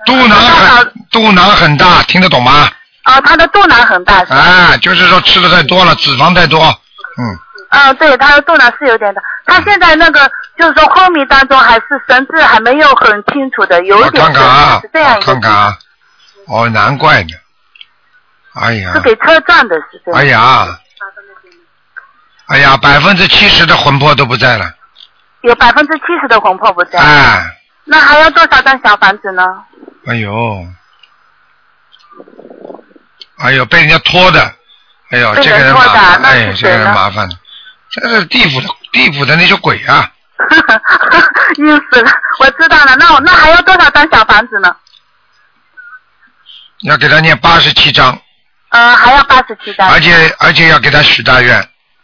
[SPEAKER 1] 肚囊很肚囊很大，听得懂吗？
[SPEAKER 8] 哦，她的肚腩很大，是吧
[SPEAKER 1] 啊，就是说吃的太多了，脂肪太多，嗯，
[SPEAKER 8] 啊，对，她的肚腩是有点大，她现在那个就是说昏迷当中，还是神志还没有很清楚的，有
[SPEAKER 1] 我
[SPEAKER 8] 一点
[SPEAKER 1] 看看啊
[SPEAKER 8] 是，这样
[SPEAKER 1] 我
[SPEAKER 8] 一个
[SPEAKER 1] 看看啊，哦，难怪呢，哎呀
[SPEAKER 8] 是，给车撞的，是这样。
[SPEAKER 1] 哎呀，哎呀，百分之七十的魂魄都不在了，
[SPEAKER 8] 有百分之七十的魂魄不在，
[SPEAKER 1] 哎，
[SPEAKER 8] 那还要多少张小房子呢？ [LAUGHS]
[SPEAKER 1] 哎呦，哎呦，被人家拖的，哎呦，
[SPEAKER 8] 被
[SPEAKER 1] 这个人
[SPEAKER 8] 人
[SPEAKER 1] 麻
[SPEAKER 8] 拖的
[SPEAKER 1] 烦，
[SPEAKER 8] 那
[SPEAKER 1] 哎
[SPEAKER 8] 是
[SPEAKER 1] 呦，
[SPEAKER 8] 谁
[SPEAKER 1] 这个人
[SPEAKER 8] 呢
[SPEAKER 1] 麻烦，这是地府的地府的那些鬼啊，
[SPEAKER 8] 晕死了，我知道了，那我那还要多少张小房子呢？
[SPEAKER 1] 要给他念八十七章，
[SPEAKER 8] 呃，还要八十七张。
[SPEAKER 1] 而且而且要给他许大愿，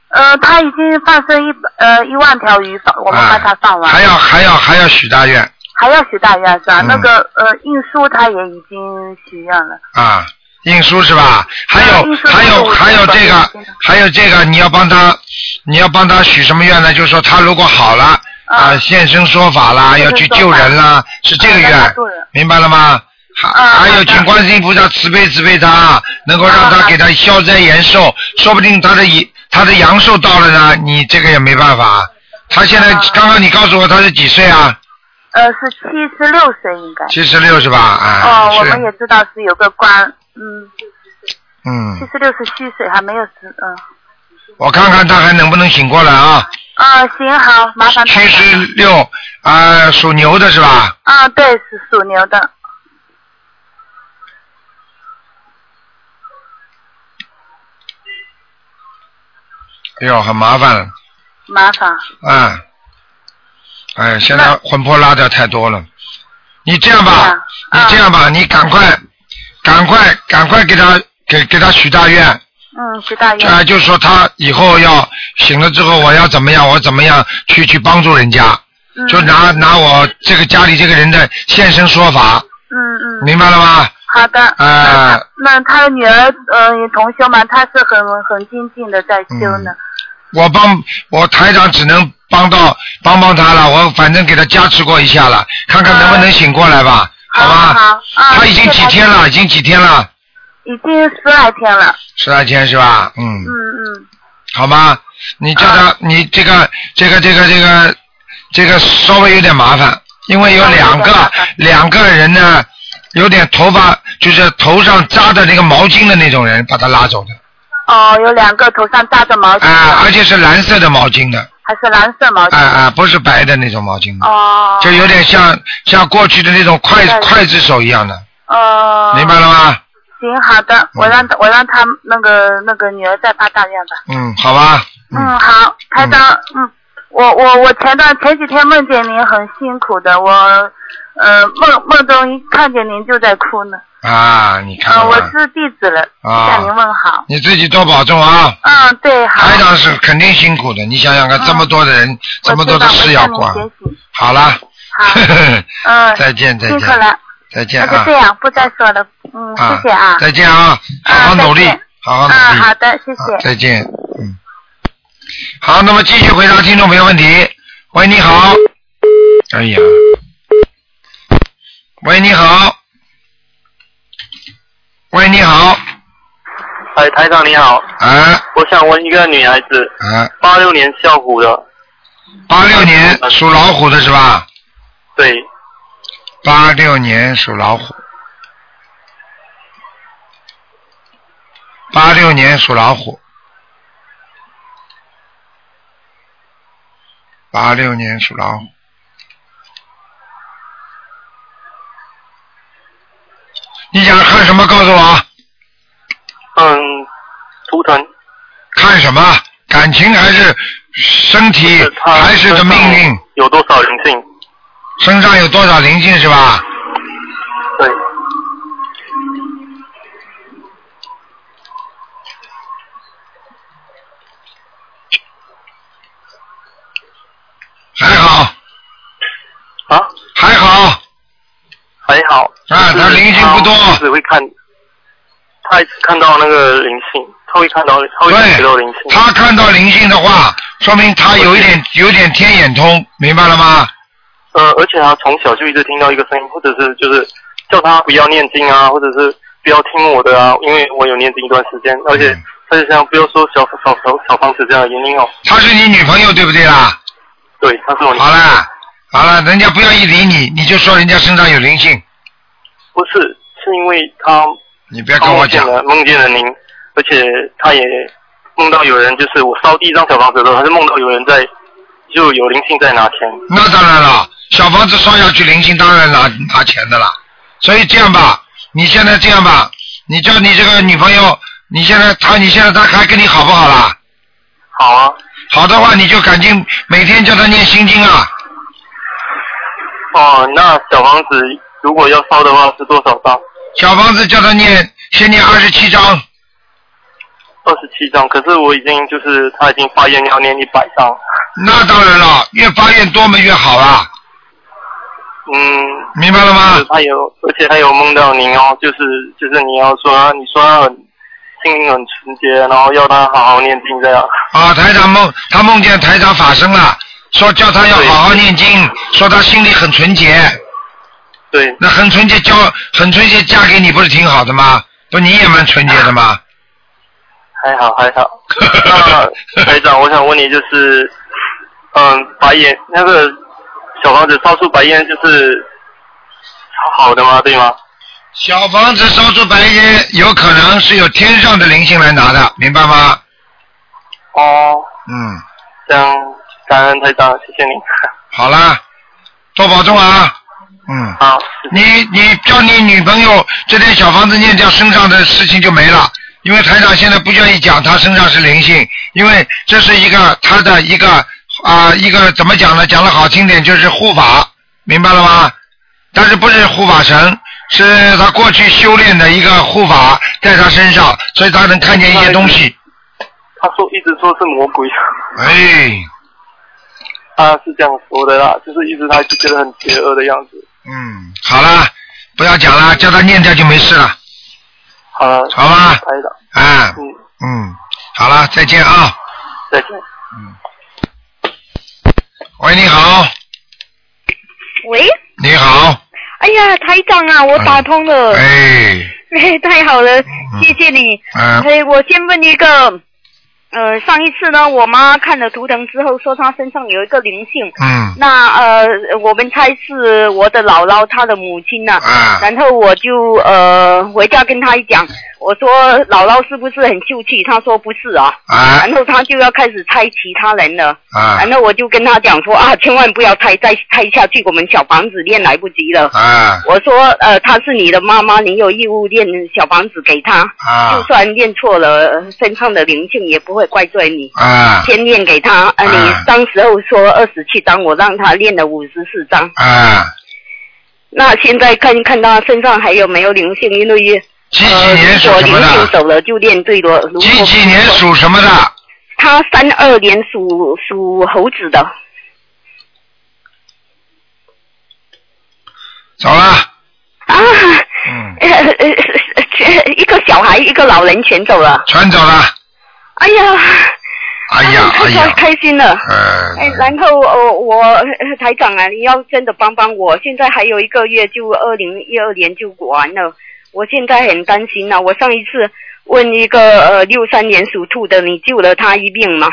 [SPEAKER 8] 呃，他已经放生一呃一万条鱼放，我们
[SPEAKER 1] 哎
[SPEAKER 8] 帮他放完，
[SPEAKER 1] 还要还要还要许大愿
[SPEAKER 8] 还要许大愿是吧？
[SPEAKER 1] 嗯
[SPEAKER 8] 那个呃印书他也已经许愿了，
[SPEAKER 1] 啊，印书是吧？还
[SPEAKER 8] 啊
[SPEAKER 1] 有
[SPEAKER 8] 印书
[SPEAKER 1] 还有
[SPEAKER 8] 是
[SPEAKER 1] 还有
[SPEAKER 8] 我
[SPEAKER 1] 这
[SPEAKER 8] 知道
[SPEAKER 1] 个
[SPEAKER 8] 我知道
[SPEAKER 1] 还有这个，你要帮他你要帮他许什么愿呢？就是说他如果好了啊，
[SPEAKER 8] 啊
[SPEAKER 1] 现身说法啦，
[SPEAKER 8] 现
[SPEAKER 1] 要
[SPEAKER 8] 身
[SPEAKER 1] 去
[SPEAKER 8] 说
[SPEAKER 1] 救
[SPEAKER 8] 法
[SPEAKER 1] 人啦，是这个
[SPEAKER 8] 啊让他
[SPEAKER 1] 愿
[SPEAKER 8] 做人，
[SPEAKER 1] 明白了吗？还
[SPEAKER 8] 啊
[SPEAKER 1] 还
[SPEAKER 8] 好
[SPEAKER 1] 有，
[SPEAKER 8] 的
[SPEAKER 1] 请观世音菩萨慈悲慈悲他，能够让
[SPEAKER 8] 啊
[SPEAKER 1] 他
[SPEAKER 8] 好
[SPEAKER 1] 给他消灾延寿，说不定他的阳他的阳寿到了呢，你这个也没办法。他现在
[SPEAKER 8] 啊
[SPEAKER 1] 刚刚你告诉我他是几岁啊？
[SPEAKER 8] 呃是七十六岁应该。
[SPEAKER 1] 七十六是吧？啊，
[SPEAKER 8] 哦，我们也
[SPEAKER 1] 是，
[SPEAKER 8] 知道是有个官，嗯，七
[SPEAKER 1] 嗯，
[SPEAKER 8] 十六十七岁还没有死，嗯，
[SPEAKER 1] 我看看他还能不能醒过来啊？
[SPEAKER 8] 啊行好，麻烦
[SPEAKER 1] 七
[SPEAKER 8] 台长
[SPEAKER 1] 十六啊，属牛的是吧？
[SPEAKER 8] 啊对是属牛的，
[SPEAKER 1] 哎呦，很麻烦了，
[SPEAKER 8] 麻烦
[SPEAKER 1] 啊，哎，现在魂魄拉的太多了。你这样吧，你
[SPEAKER 8] 对啊
[SPEAKER 1] 这样吧，你赶快，赶快，赶快给他给给他许大愿，哎啊、
[SPEAKER 8] 嗯许大愿
[SPEAKER 1] 就是说他以后要醒了之后，我要怎么样，我怎么样去去帮助人家，
[SPEAKER 8] 嗯
[SPEAKER 1] 就拿拿我这个家里这个人的现身说法，
[SPEAKER 8] 嗯嗯，
[SPEAKER 1] 明白了吗？
[SPEAKER 8] 好的。
[SPEAKER 1] 啊、
[SPEAKER 8] 那他的女儿，嗯、也同修嘛，他是很很精进的在修
[SPEAKER 1] 嗯
[SPEAKER 8] 呢。
[SPEAKER 1] 我帮我台长只能帮到帮帮他了，我反正给他加持过一下了，看看能不能醒过来吧，嗯啊好吧？他已经几天了，已经几天了，
[SPEAKER 8] 已经十来天了。
[SPEAKER 1] 十来天是吧？嗯。
[SPEAKER 8] 嗯嗯，
[SPEAKER 1] 好吗？你叫他，你这个这个这个这个这个稍微有点麻烦，因为啊有两个两个人呢，有点头发就是头上扎的那个毛巾的那种人把他拉走的，
[SPEAKER 8] 哦，有两个头上扎着毛巾，
[SPEAKER 1] 啊，而且是蓝色的毛巾的，
[SPEAKER 8] 还是蓝色毛巾。
[SPEAKER 1] 啊啊，不是白的那种毛巾的，
[SPEAKER 8] 哦。
[SPEAKER 1] 就有点像像过去的那种筷
[SPEAKER 8] 明白了
[SPEAKER 1] 筷子手一样的，
[SPEAKER 8] 哦。
[SPEAKER 1] 明白了吗？嗯
[SPEAKER 8] 行，好的，我让他我让他那个那个女儿再发大愿吧。
[SPEAKER 1] 嗯，好吧，
[SPEAKER 8] 嗯，好，台长，嗯，我我我前段前几天梦见您很辛苦的，我，呃，梦梦中一看见您就在哭呢。
[SPEAKER 1] 啊，你看
[SPEAKER 8] 嗯、
[SPEAKER 1] 了
[SPEAKER 8] 我
[SPEAKER 1] 吧？
[SPEAKER 8] 是弟子了，
[SPEAKER 1] 啊
[SPEAKER 8] 向您问好。
[SPEAKER 1] 你自己多保重啊！
[SPEAKER 8] 嗯，对，好，
[SPEAKER 1] 台长是肯定辛苦的，你想想看，这么多的人，这么多的事要管
[SPEAKER 8] 嗯我知道我向您学，习。
[SPEAKER 1] 好了，
[SPEAKER 8] 好，
[SPEAKER 1] [LAUGHS]
[SPEAKER 8] 嗯，
[SPEAKER 1] 再见再
[SPEAKER 8] 辛
[SPEAKER 1] 见
[SPEAKER 8] 苦了，
[SPEAKER 1] 再见
[SPEAKER 8] 那
[SPEAKER 1] 啊
[SPEAKER 8] 就这！样，不再说了，嗯，
[SPEAKER 1] 啊，
[SPEAKER 8] 谢谢啊，
[SPEAKER 1] 再见啊！好好努力
[SPEAKER 8] 啊再见，
[SPEAKER 1] 好好
[SPEAKER 8] 嗯，
[SPEAKER 1] 努力
[SPEAKER 8] 好，的，谢
[SPEAKER 1] 啊
[SPEAKER 8] 谢。
[SPEAKER 1] 再见，嗯。好，那么继续回答听众朋友问题。喂，你好。哎呀，喂，你好。喂，你好。
[SPEAKER 9] 哎，台长你好，
[SPEAKER 1] 啊
[SPEAKER 9] 我想问一个女孩子，
[SPEAKER 1] 啊，
[SPEAKER 9] 八六年肖虎的，
[SPEAKER 1] 八六年属老虎的是吧？
[SPEAKER 9] 对，
[SPEAKER 1] 八六年属老虎。八六年属老虎。八六年属老虎。你想看什么？告诉我啊，
[SPEAKER 9] 嗯，图腾
[SPEAKER 1] 看什么？感情还是身体
[SPEAKER 9] 是她
[SPEAKER 1] 还是的命运？
[SPEAKER 9] 有多少灵性？
[SPEAKER 1] 身上有多少灵性是吧？
[SPEAKER 9] 对，
[SPEAKER 1] 还好，
[SPEAKER 9] 啊，
[SPEAKER 1] 还好。
[SPEAKER 9] 还好，
[SPEAKER 1] 啊
[SPEAKER 9] 就是
[SPEAKER 1] 她灵性不多
[SPEAKER 9] 她只会看，她一直看到那个灵性，她会看到，她会感觉到灵性，
[SPEAKER 1] 他看到灵性的话，说明他有一点有点天眼通，明白了吗？
[SPEAKER 9] 呃，而且她从小就一直听到一个声音，或者是就是叫她不要念经啊，或者是不要听我的啊，因为我有念经一段时间，而且
[SPEAKER 1] 嗯
[SPEAKER 9] 她就像不要说小小小小房子这样的原因哦，
[SPEAKER 1] 她是你女朋友对不对啦？
[SPEAKER 9] 对，她是我女
[SPEAKER 1] 好啦，好啦，人家不要一理你，你就说人家身上有灵性，
[SPEAKER 9] 不是，是因为他
[SPEAKER 1] 你不要
[SPEAKER 9] 他
[SPEAKER 1] 跟我
[SPEAKER 9] 梦见
[SPEAKER 1] 讲。
[SPEAKER 9] 了梦见了您，而且他也梦到有人，就是我烧第一张小房子的时候，他是梦到有人在，就有灵性在拿钱。
[SPEAKER 1] 那当然了，小房子烧下去，灵性当然拿拿钱的啦。所以这样吧，你现在这样吧，你叫你这个女朋友，你现在她，你现在她还跟你好不好啦？
[SPEAKER 9] 好啊，
[SPEAKER 1] 好的话，你就赶紧每天叫她念心经啊，
[SPEAKER 9] 哦，那小房子如果要烧的话是多少张？
[SPEAKER 1] 小房子叫她念，先念二十七章。
[SPEAKER 9] 二十七张，可是我已经就是他已经发愿要念一百张，
[SPEAKER 1] 那当然了，啊越发越多嘛越好啊啦，
[SPEAKER 9] 嗯，
[SPEAKER 1] 明白了
[SPEAKER 9] 就是
[SPEAKER 1] 吗？
[SPEAKER 9] 他有，而且他有梦到您哦，就是就是你要说啊他，你说他很心灵很纯洁，然后要他好好念
[SPEAKER 1] [LAUGHS]
[SPEAKER 9] 经这样。
[SPEAKER 1] 啊，台长梦，他梦见台长法身了，说叫他要好好念经，说他心里很纯洁，
[SPEAKER 9] 对，
[SPEAKER 1] 那很纯洁交，很纯洁嫁给你不是挺好的吗？不，你也蛮纯洁的吗？
[SPEAKER 9] 还好还
[SPEAKER 1] [LAUGHS]
[SPEAKER 9] 好。那台长，我想问你，就是，嗯，白烟那个小房子烧出白烟就是好的吗？对吗？
[SPEAKER 1] 小房子烧出白烟，有可能是有天上的灵性来拿的，明白吗？
[SPEAKER 9] 哦，
[SPEAKER 1] 嗯，
[SPEAKER 9] 这样感恩台长，谢谢 [LAUGHS] 你。
[SPEAKER 1] 好啦，多保重啊。嗯，
[SPEAKER 9] 好，
[SPEAKER 1] 你你叫你女朋友这点小房子念掉，身上的事情就没了。因为台长现在不愿意讲她身上是灵性，因为这是一个她的一个啊、一个怎么讲呢？讲的好听点就是护法，明白了吗？但是不是护法神，是她过去修炼的一个护法在她身上，所以她能看见一些东西。 [LAUGHS]
[SPEAKER 9] 他说一直说是魔鬼。
[SPEAKER 1] 哎，
[SPEAKER 9] 他啊是这样说的啦，就是一直他就觉得很邪恶的样子。
[SPEAKER 1] 嗯，好啦，不要讲啦，叫他念掉就没事了。
[SPEAKER 9] 好了，
[SPEAKER 1] 好吧
[SPEAKER 9] 台长，
[SPEAKER 1] 啊，
[SPEAKER 9] 嗯
[SPEAKER 1] 嗯，好了，再见啊。
[SPEAKER 9] 再见。
[SPEAKER 1] 喂，你好，
[SPEAKER 10] 喂，
[SPEAKER 1] 你好，
[SPEAKER 10] 哎呀，台长啊，我打通了，
[SPEAKER 1] 哎，
[SPEAKER 10] 哎， [LAUGHS] 太好了，谢谢你。
[SPEAKER 1] 嗯
[SPEAKER 10] 哎，我先问一个，呃，上一次呢，我妈看了图腾之后说她身上有一个灵性，
[SPEAKER 1] 嗯
[SPEAKER 10] 那呃，我们猜是我的姥姥她的母亲呐、
[SPEAKER 1] 啊
[SPEAKER 10] 然后我就呃回家跟她一讲，我说姥姥是不是很秀气？她说不是啊。
[SPEAKER 1] 啊
[SPEAKER 10] 然后她就要开始猜其他人了。
[SPEAKER 1] 啊
[SPEAKER 10] 然后我就跟她讲说啊，千万不要猜，再猜下去我们小房子练来不及了。
[SPEAKER 1] 啊
[SPEAKER 10] 我说呃，她是你的妈妈，你有义务练小房子给她。
[SPEAKER 1] 啊
[SPEAKER 10] 就算练错了，身上的灵性也不会怪罪你。
[SPEAKER 1] 啊
[SPEAKER 10] 先念给他，呃，你
[SPEAKER 1] 啊
[SPEAKER 10] 当时候说二十七张，我让他练了五十四张。
[SPEAKER 1] 啊，
[SPEAKER 10] 那现在看看他身上还有没有灵性，因为
[SPEAKER 1] 几几年属
[SPEAKER 10] 呃，如
[SPEAKER 1] 什
[SPEAKER 10] 果
[SPEAKER 1] 么
[SPEAKER 10] 灵性
[SPEAKER 1] 的？
[SPEAKER 10] 走了就练对了。如果
[SPEAKER 1] 几几年属什么的？
[SPEAKER 10] 他三二年属属猴子的，
[SPEAKER 1] 走了，
[SPEAKER 10] 啊
[SPEAKER 1] 嗯
[SPEAKER 10] 呃呃呃一个小孩一个老人全走了。
[SPEAKER 1] 全走了。
[SPEAKER 10] 哎呀，
[SPEAKER 1] 哎呀哎
[SPEAKER 10] 太
[SPEAKER 1] 呀，
[SPEAKER 10] 开心了。
[SPEAKER 1] 呃，
[SPEAKER 10] 哎，然后呃，我呃台长啊，你要真的帮帮我，现在还有一个月就二零一二年就完了，我现在很担心呐、我上一次问一个呃六三年属兔的，你救了他一命嘛？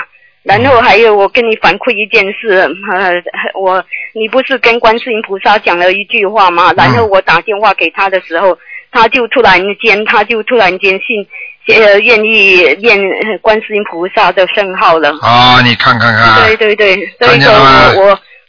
[SPEAKER 10] 然后还有我跟你反馈一件事，呃，我你不是跟观世音菩萨讲了一句话吗？然后我打电话给他的时候，他就突然间，他就突然间信，呃，愿意念呃观世音菩萨的圣号了。
[SPEAKER 1] 啊，你看看看，
[SPEAKER 10] 对对对，这
[SPEAKER 1] 看
[SPEAKER 10] 一
[SPEAKER 1] 见
[SPEAKER 10] 个
[SPEAKER 1] 了吗
[SPEAKER 10] 我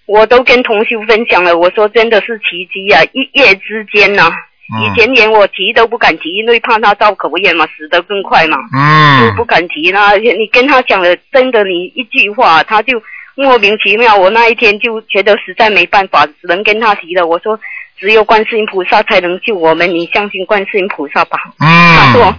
[SPEAKER 10] 我我都跟同修分享了，我说真的是奇迹啊，一夜之间呐、
[SPEAKER 1] 嗯
[SPEAKER 10] 以前连我提都不敢提，因为怕他造口业嘛，死得更快嘛，
[SPEAKER 1] 嗯
[SPEAKER 10] 就不敢提啦。你跟他讲了，真的你一句话，他就莫名其妙。我那一天就觉得实在没办法，只能跟他提了。我说只有观世音菩萨才能救我们，你相信观世音菩萨吧。他
[SPEAKER 1] 嗯
[SPEAKER 10] 说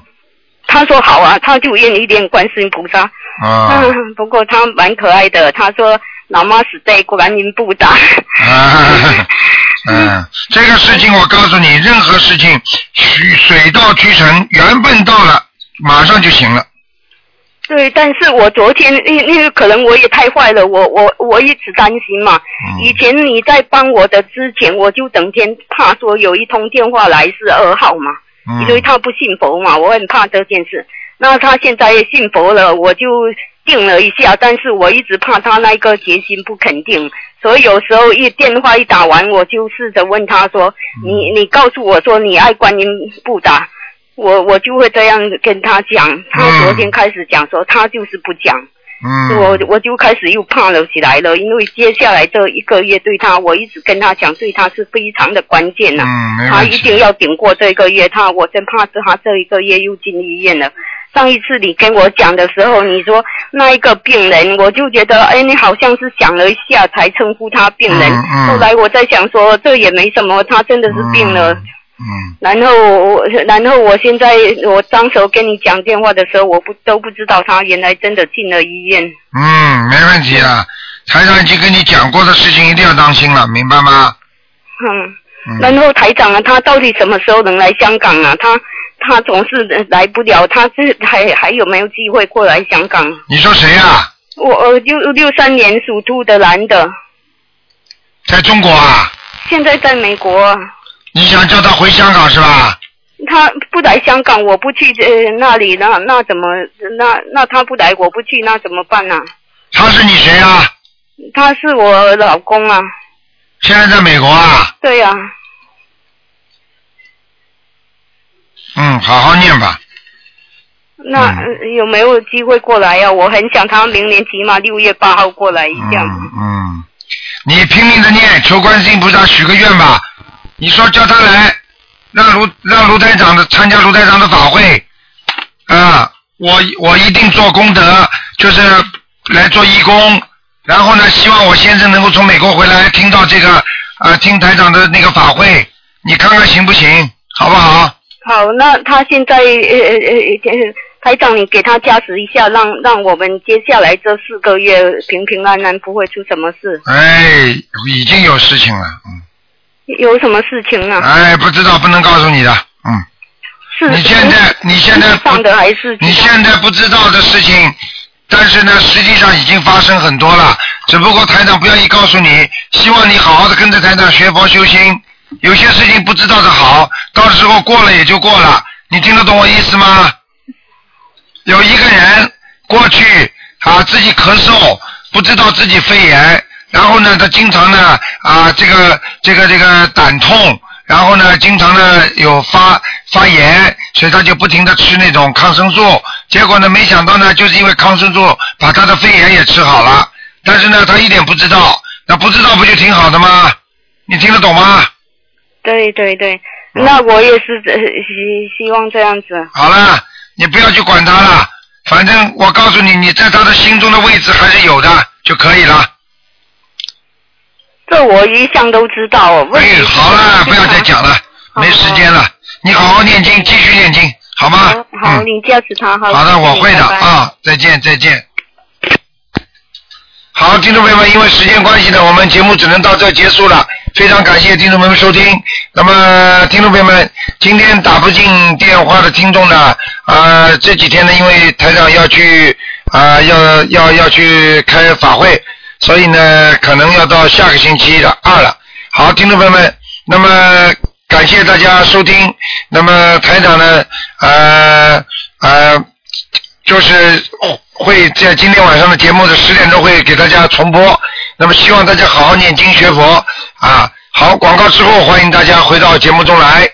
[SPEAKER 10] 他说好啊，他就愿意练观世音菩萨。
[SPEAKER 1] 啊
[SPEAKER 10] 嗯， [LAUGHS] 不过他蛮可爱的，他说老妈死在观音不打。
[SPEAKER 1] 啊， [LAUGHS] 嗯，这个事情我告诉你，任何事情水水到渠成，缘分到了马上就行了。
[SPEAKER 10] 对，但是我昨天因因为可能我也太坏了，我我我一直担心嘛。以前你在帮我的之前，我就整天怕说有一通电话来是二号嘛，
[SPEAKER 1] 嗯
[SPEAKER 10] 因为他不信佛嘛，我很怕这件事。那他现在也信佛了，我就定了一下，但是我一直怕他那个决心不肯定，所以有时候一电话一打完，我就试着问他说：“你你告诉我说你爱观音不打？”我我就会这样跟他讲，他昨天开始讲说他就是不讲，
[SPEAKER 1] 嗯，
[SPEAKER 10] [LAUGHS] 我我就开始又怕了起来了，因为接下来这一个月对他，我一直跟他讲，对他是非常的关键呐、
[SPEAKER 1] 嗯没问
[SPEAKER 10] 他
[SPEAKER 1] 题
[SPEAKER 10] 一定要顶过这个月，他我真怕他这一个月又进医院了。上一次你跟我讲的时候，你说那一个病人，我就觉得，哎，你好像是想了一下才称呼他病人。
[SPEAKER 1] 嗯嗯
[SPEAKER 10] 后来我在想说，这也没什么，他真的是病了。
[SPEAKER 1] 嗯
[SPEAKER 10] 然后我，然后我现在我当时候跟你讲电话的时候，我不都不知道他原来真的进了医院。
[SPEAKER 1] 嗯，没问题啊。台上已经跟你讲过的事情，一定要当心了，明白吗？
[SPEAKER 10] 嗯，然后台长啊，他到底什么时候能来香港啊？他他总是来不了，他是还还有没有机会过来香港？
[SPEAKER 1] 你说谁啊呀、
[SPEAKER 10] 我呃六六三年属兔的男的，
[SPEAKER 1] 在中国啊？
[SPEAKER 10] 现在在美国啊，
[SPEAKER 1] 你想叫他回香港是吧？
[SPEAKER 10] 他不来香港，我不去呃那里，那那怎么那那他不来，我不去，那怎么办呢、啊？
[SPEAKER 1] 他是你谁啊？
[SPEAKER 10] 他是我老公啊，
[SPEAKER 1] 现在在美国啊？
[SPEAKER 10] 对呀、
[SPEAKER 1] 嗯，好好念吧。
[SPEAKER 10] 那、
[SPEAKER 1] 嗯
[SPEAKER 10] 呃有没有机会过来呀、啊？我很想他明年起码六月八号过来一下。
[SPEAKER 1] 嗯，你拼命的念，求观世音菩萨许个愿吧。你说叫他来，让卢让卢台长的参加卢台长的法会，啊，我我一定做功德，就是来做义工。然后呢，希望我先生能够从美国回来，听到这个呃，听台长的那个法会，你看看行不行，好不好？
[SPEAKER 10] 好，那他现在呃呃呃，台长，你给他加持一下，让让我们接下来这四个月平平安安，不会出什么事。
[SPEAKER 1] 哎，已经有事情了，嗯，
[SPEAKER 10] 有什么事情啊？
[SPEAKER 1] 哎，不知道不能告诉你的，嗯，
[SPEAKER 10] 是嗯
[SPEAKER 1] 你现在你现在不
[SPEAKER 10] 上的还是
[SPEAKER 1] 你现在不知道的事情，但是呢，实际上已经发生很多了，只不过台长不愿意告诉你，希望你好好的跟着台长学佛修心。有些事情不知道的好，到时候过了也就过了，你听得懂我意思吗？有一个人过去啊自己咳嗽，不知道自己肺炎，然后呢他经常呢啊这个这个这个胆痛，然后呢经常呢有发发炎，所以他就不停的吃那种抗生素，结果呢没想到呢就是因为抗生素把他的肺炎也吃好了，但是呢他一点不知道，那不知道不就挺好的吗？你听得懂吗？
[SPEAKER 10] 对对对，
[SPEAKER 1] 嗯
[SPEAKER 10] 那我也是呃希希望这样子。
[SPEAKER 1] 好了，你不要去管他了，反正我告诉你，你在他的心中的位置还是有的就可以了。
[SPEAKER 10] 这我一向都知道。问题是
[SPEAKER 1] 哎好了，不要再讲了，没时间了。你好好念经，继续念经，好吗？嗯
[SPEAKER 10] 好，你加持他好。
[SPEAKER 1] 好的，
[SPEAKER 10] 谢谢
[SPEAKER 1] 我
[SPEAKER 10] 你
[SPEAKER 1] 会的
[SPEAKER 10] 拜拜
[SPEAKER 1] 啊，再见再见。好，听众朋友们，因为时间关系呢，我们节目只能到这儿结束了。非常感谢听众朋友们收听。那么，听众朋友们，今天打不进电话的听众呢，呃，这几天呢，因为台长要去啊、呃要要要去开法会，所以呢，可能要到下个星期的二了。好，听众朋友们，那么感谢大家收听。那么台长呢，呃呃，就是会在今天晚上的节目的十点钟会给大家重播。那么希望大家好好念经学佛啊。好，广告之后欢迎大家回到节目中来。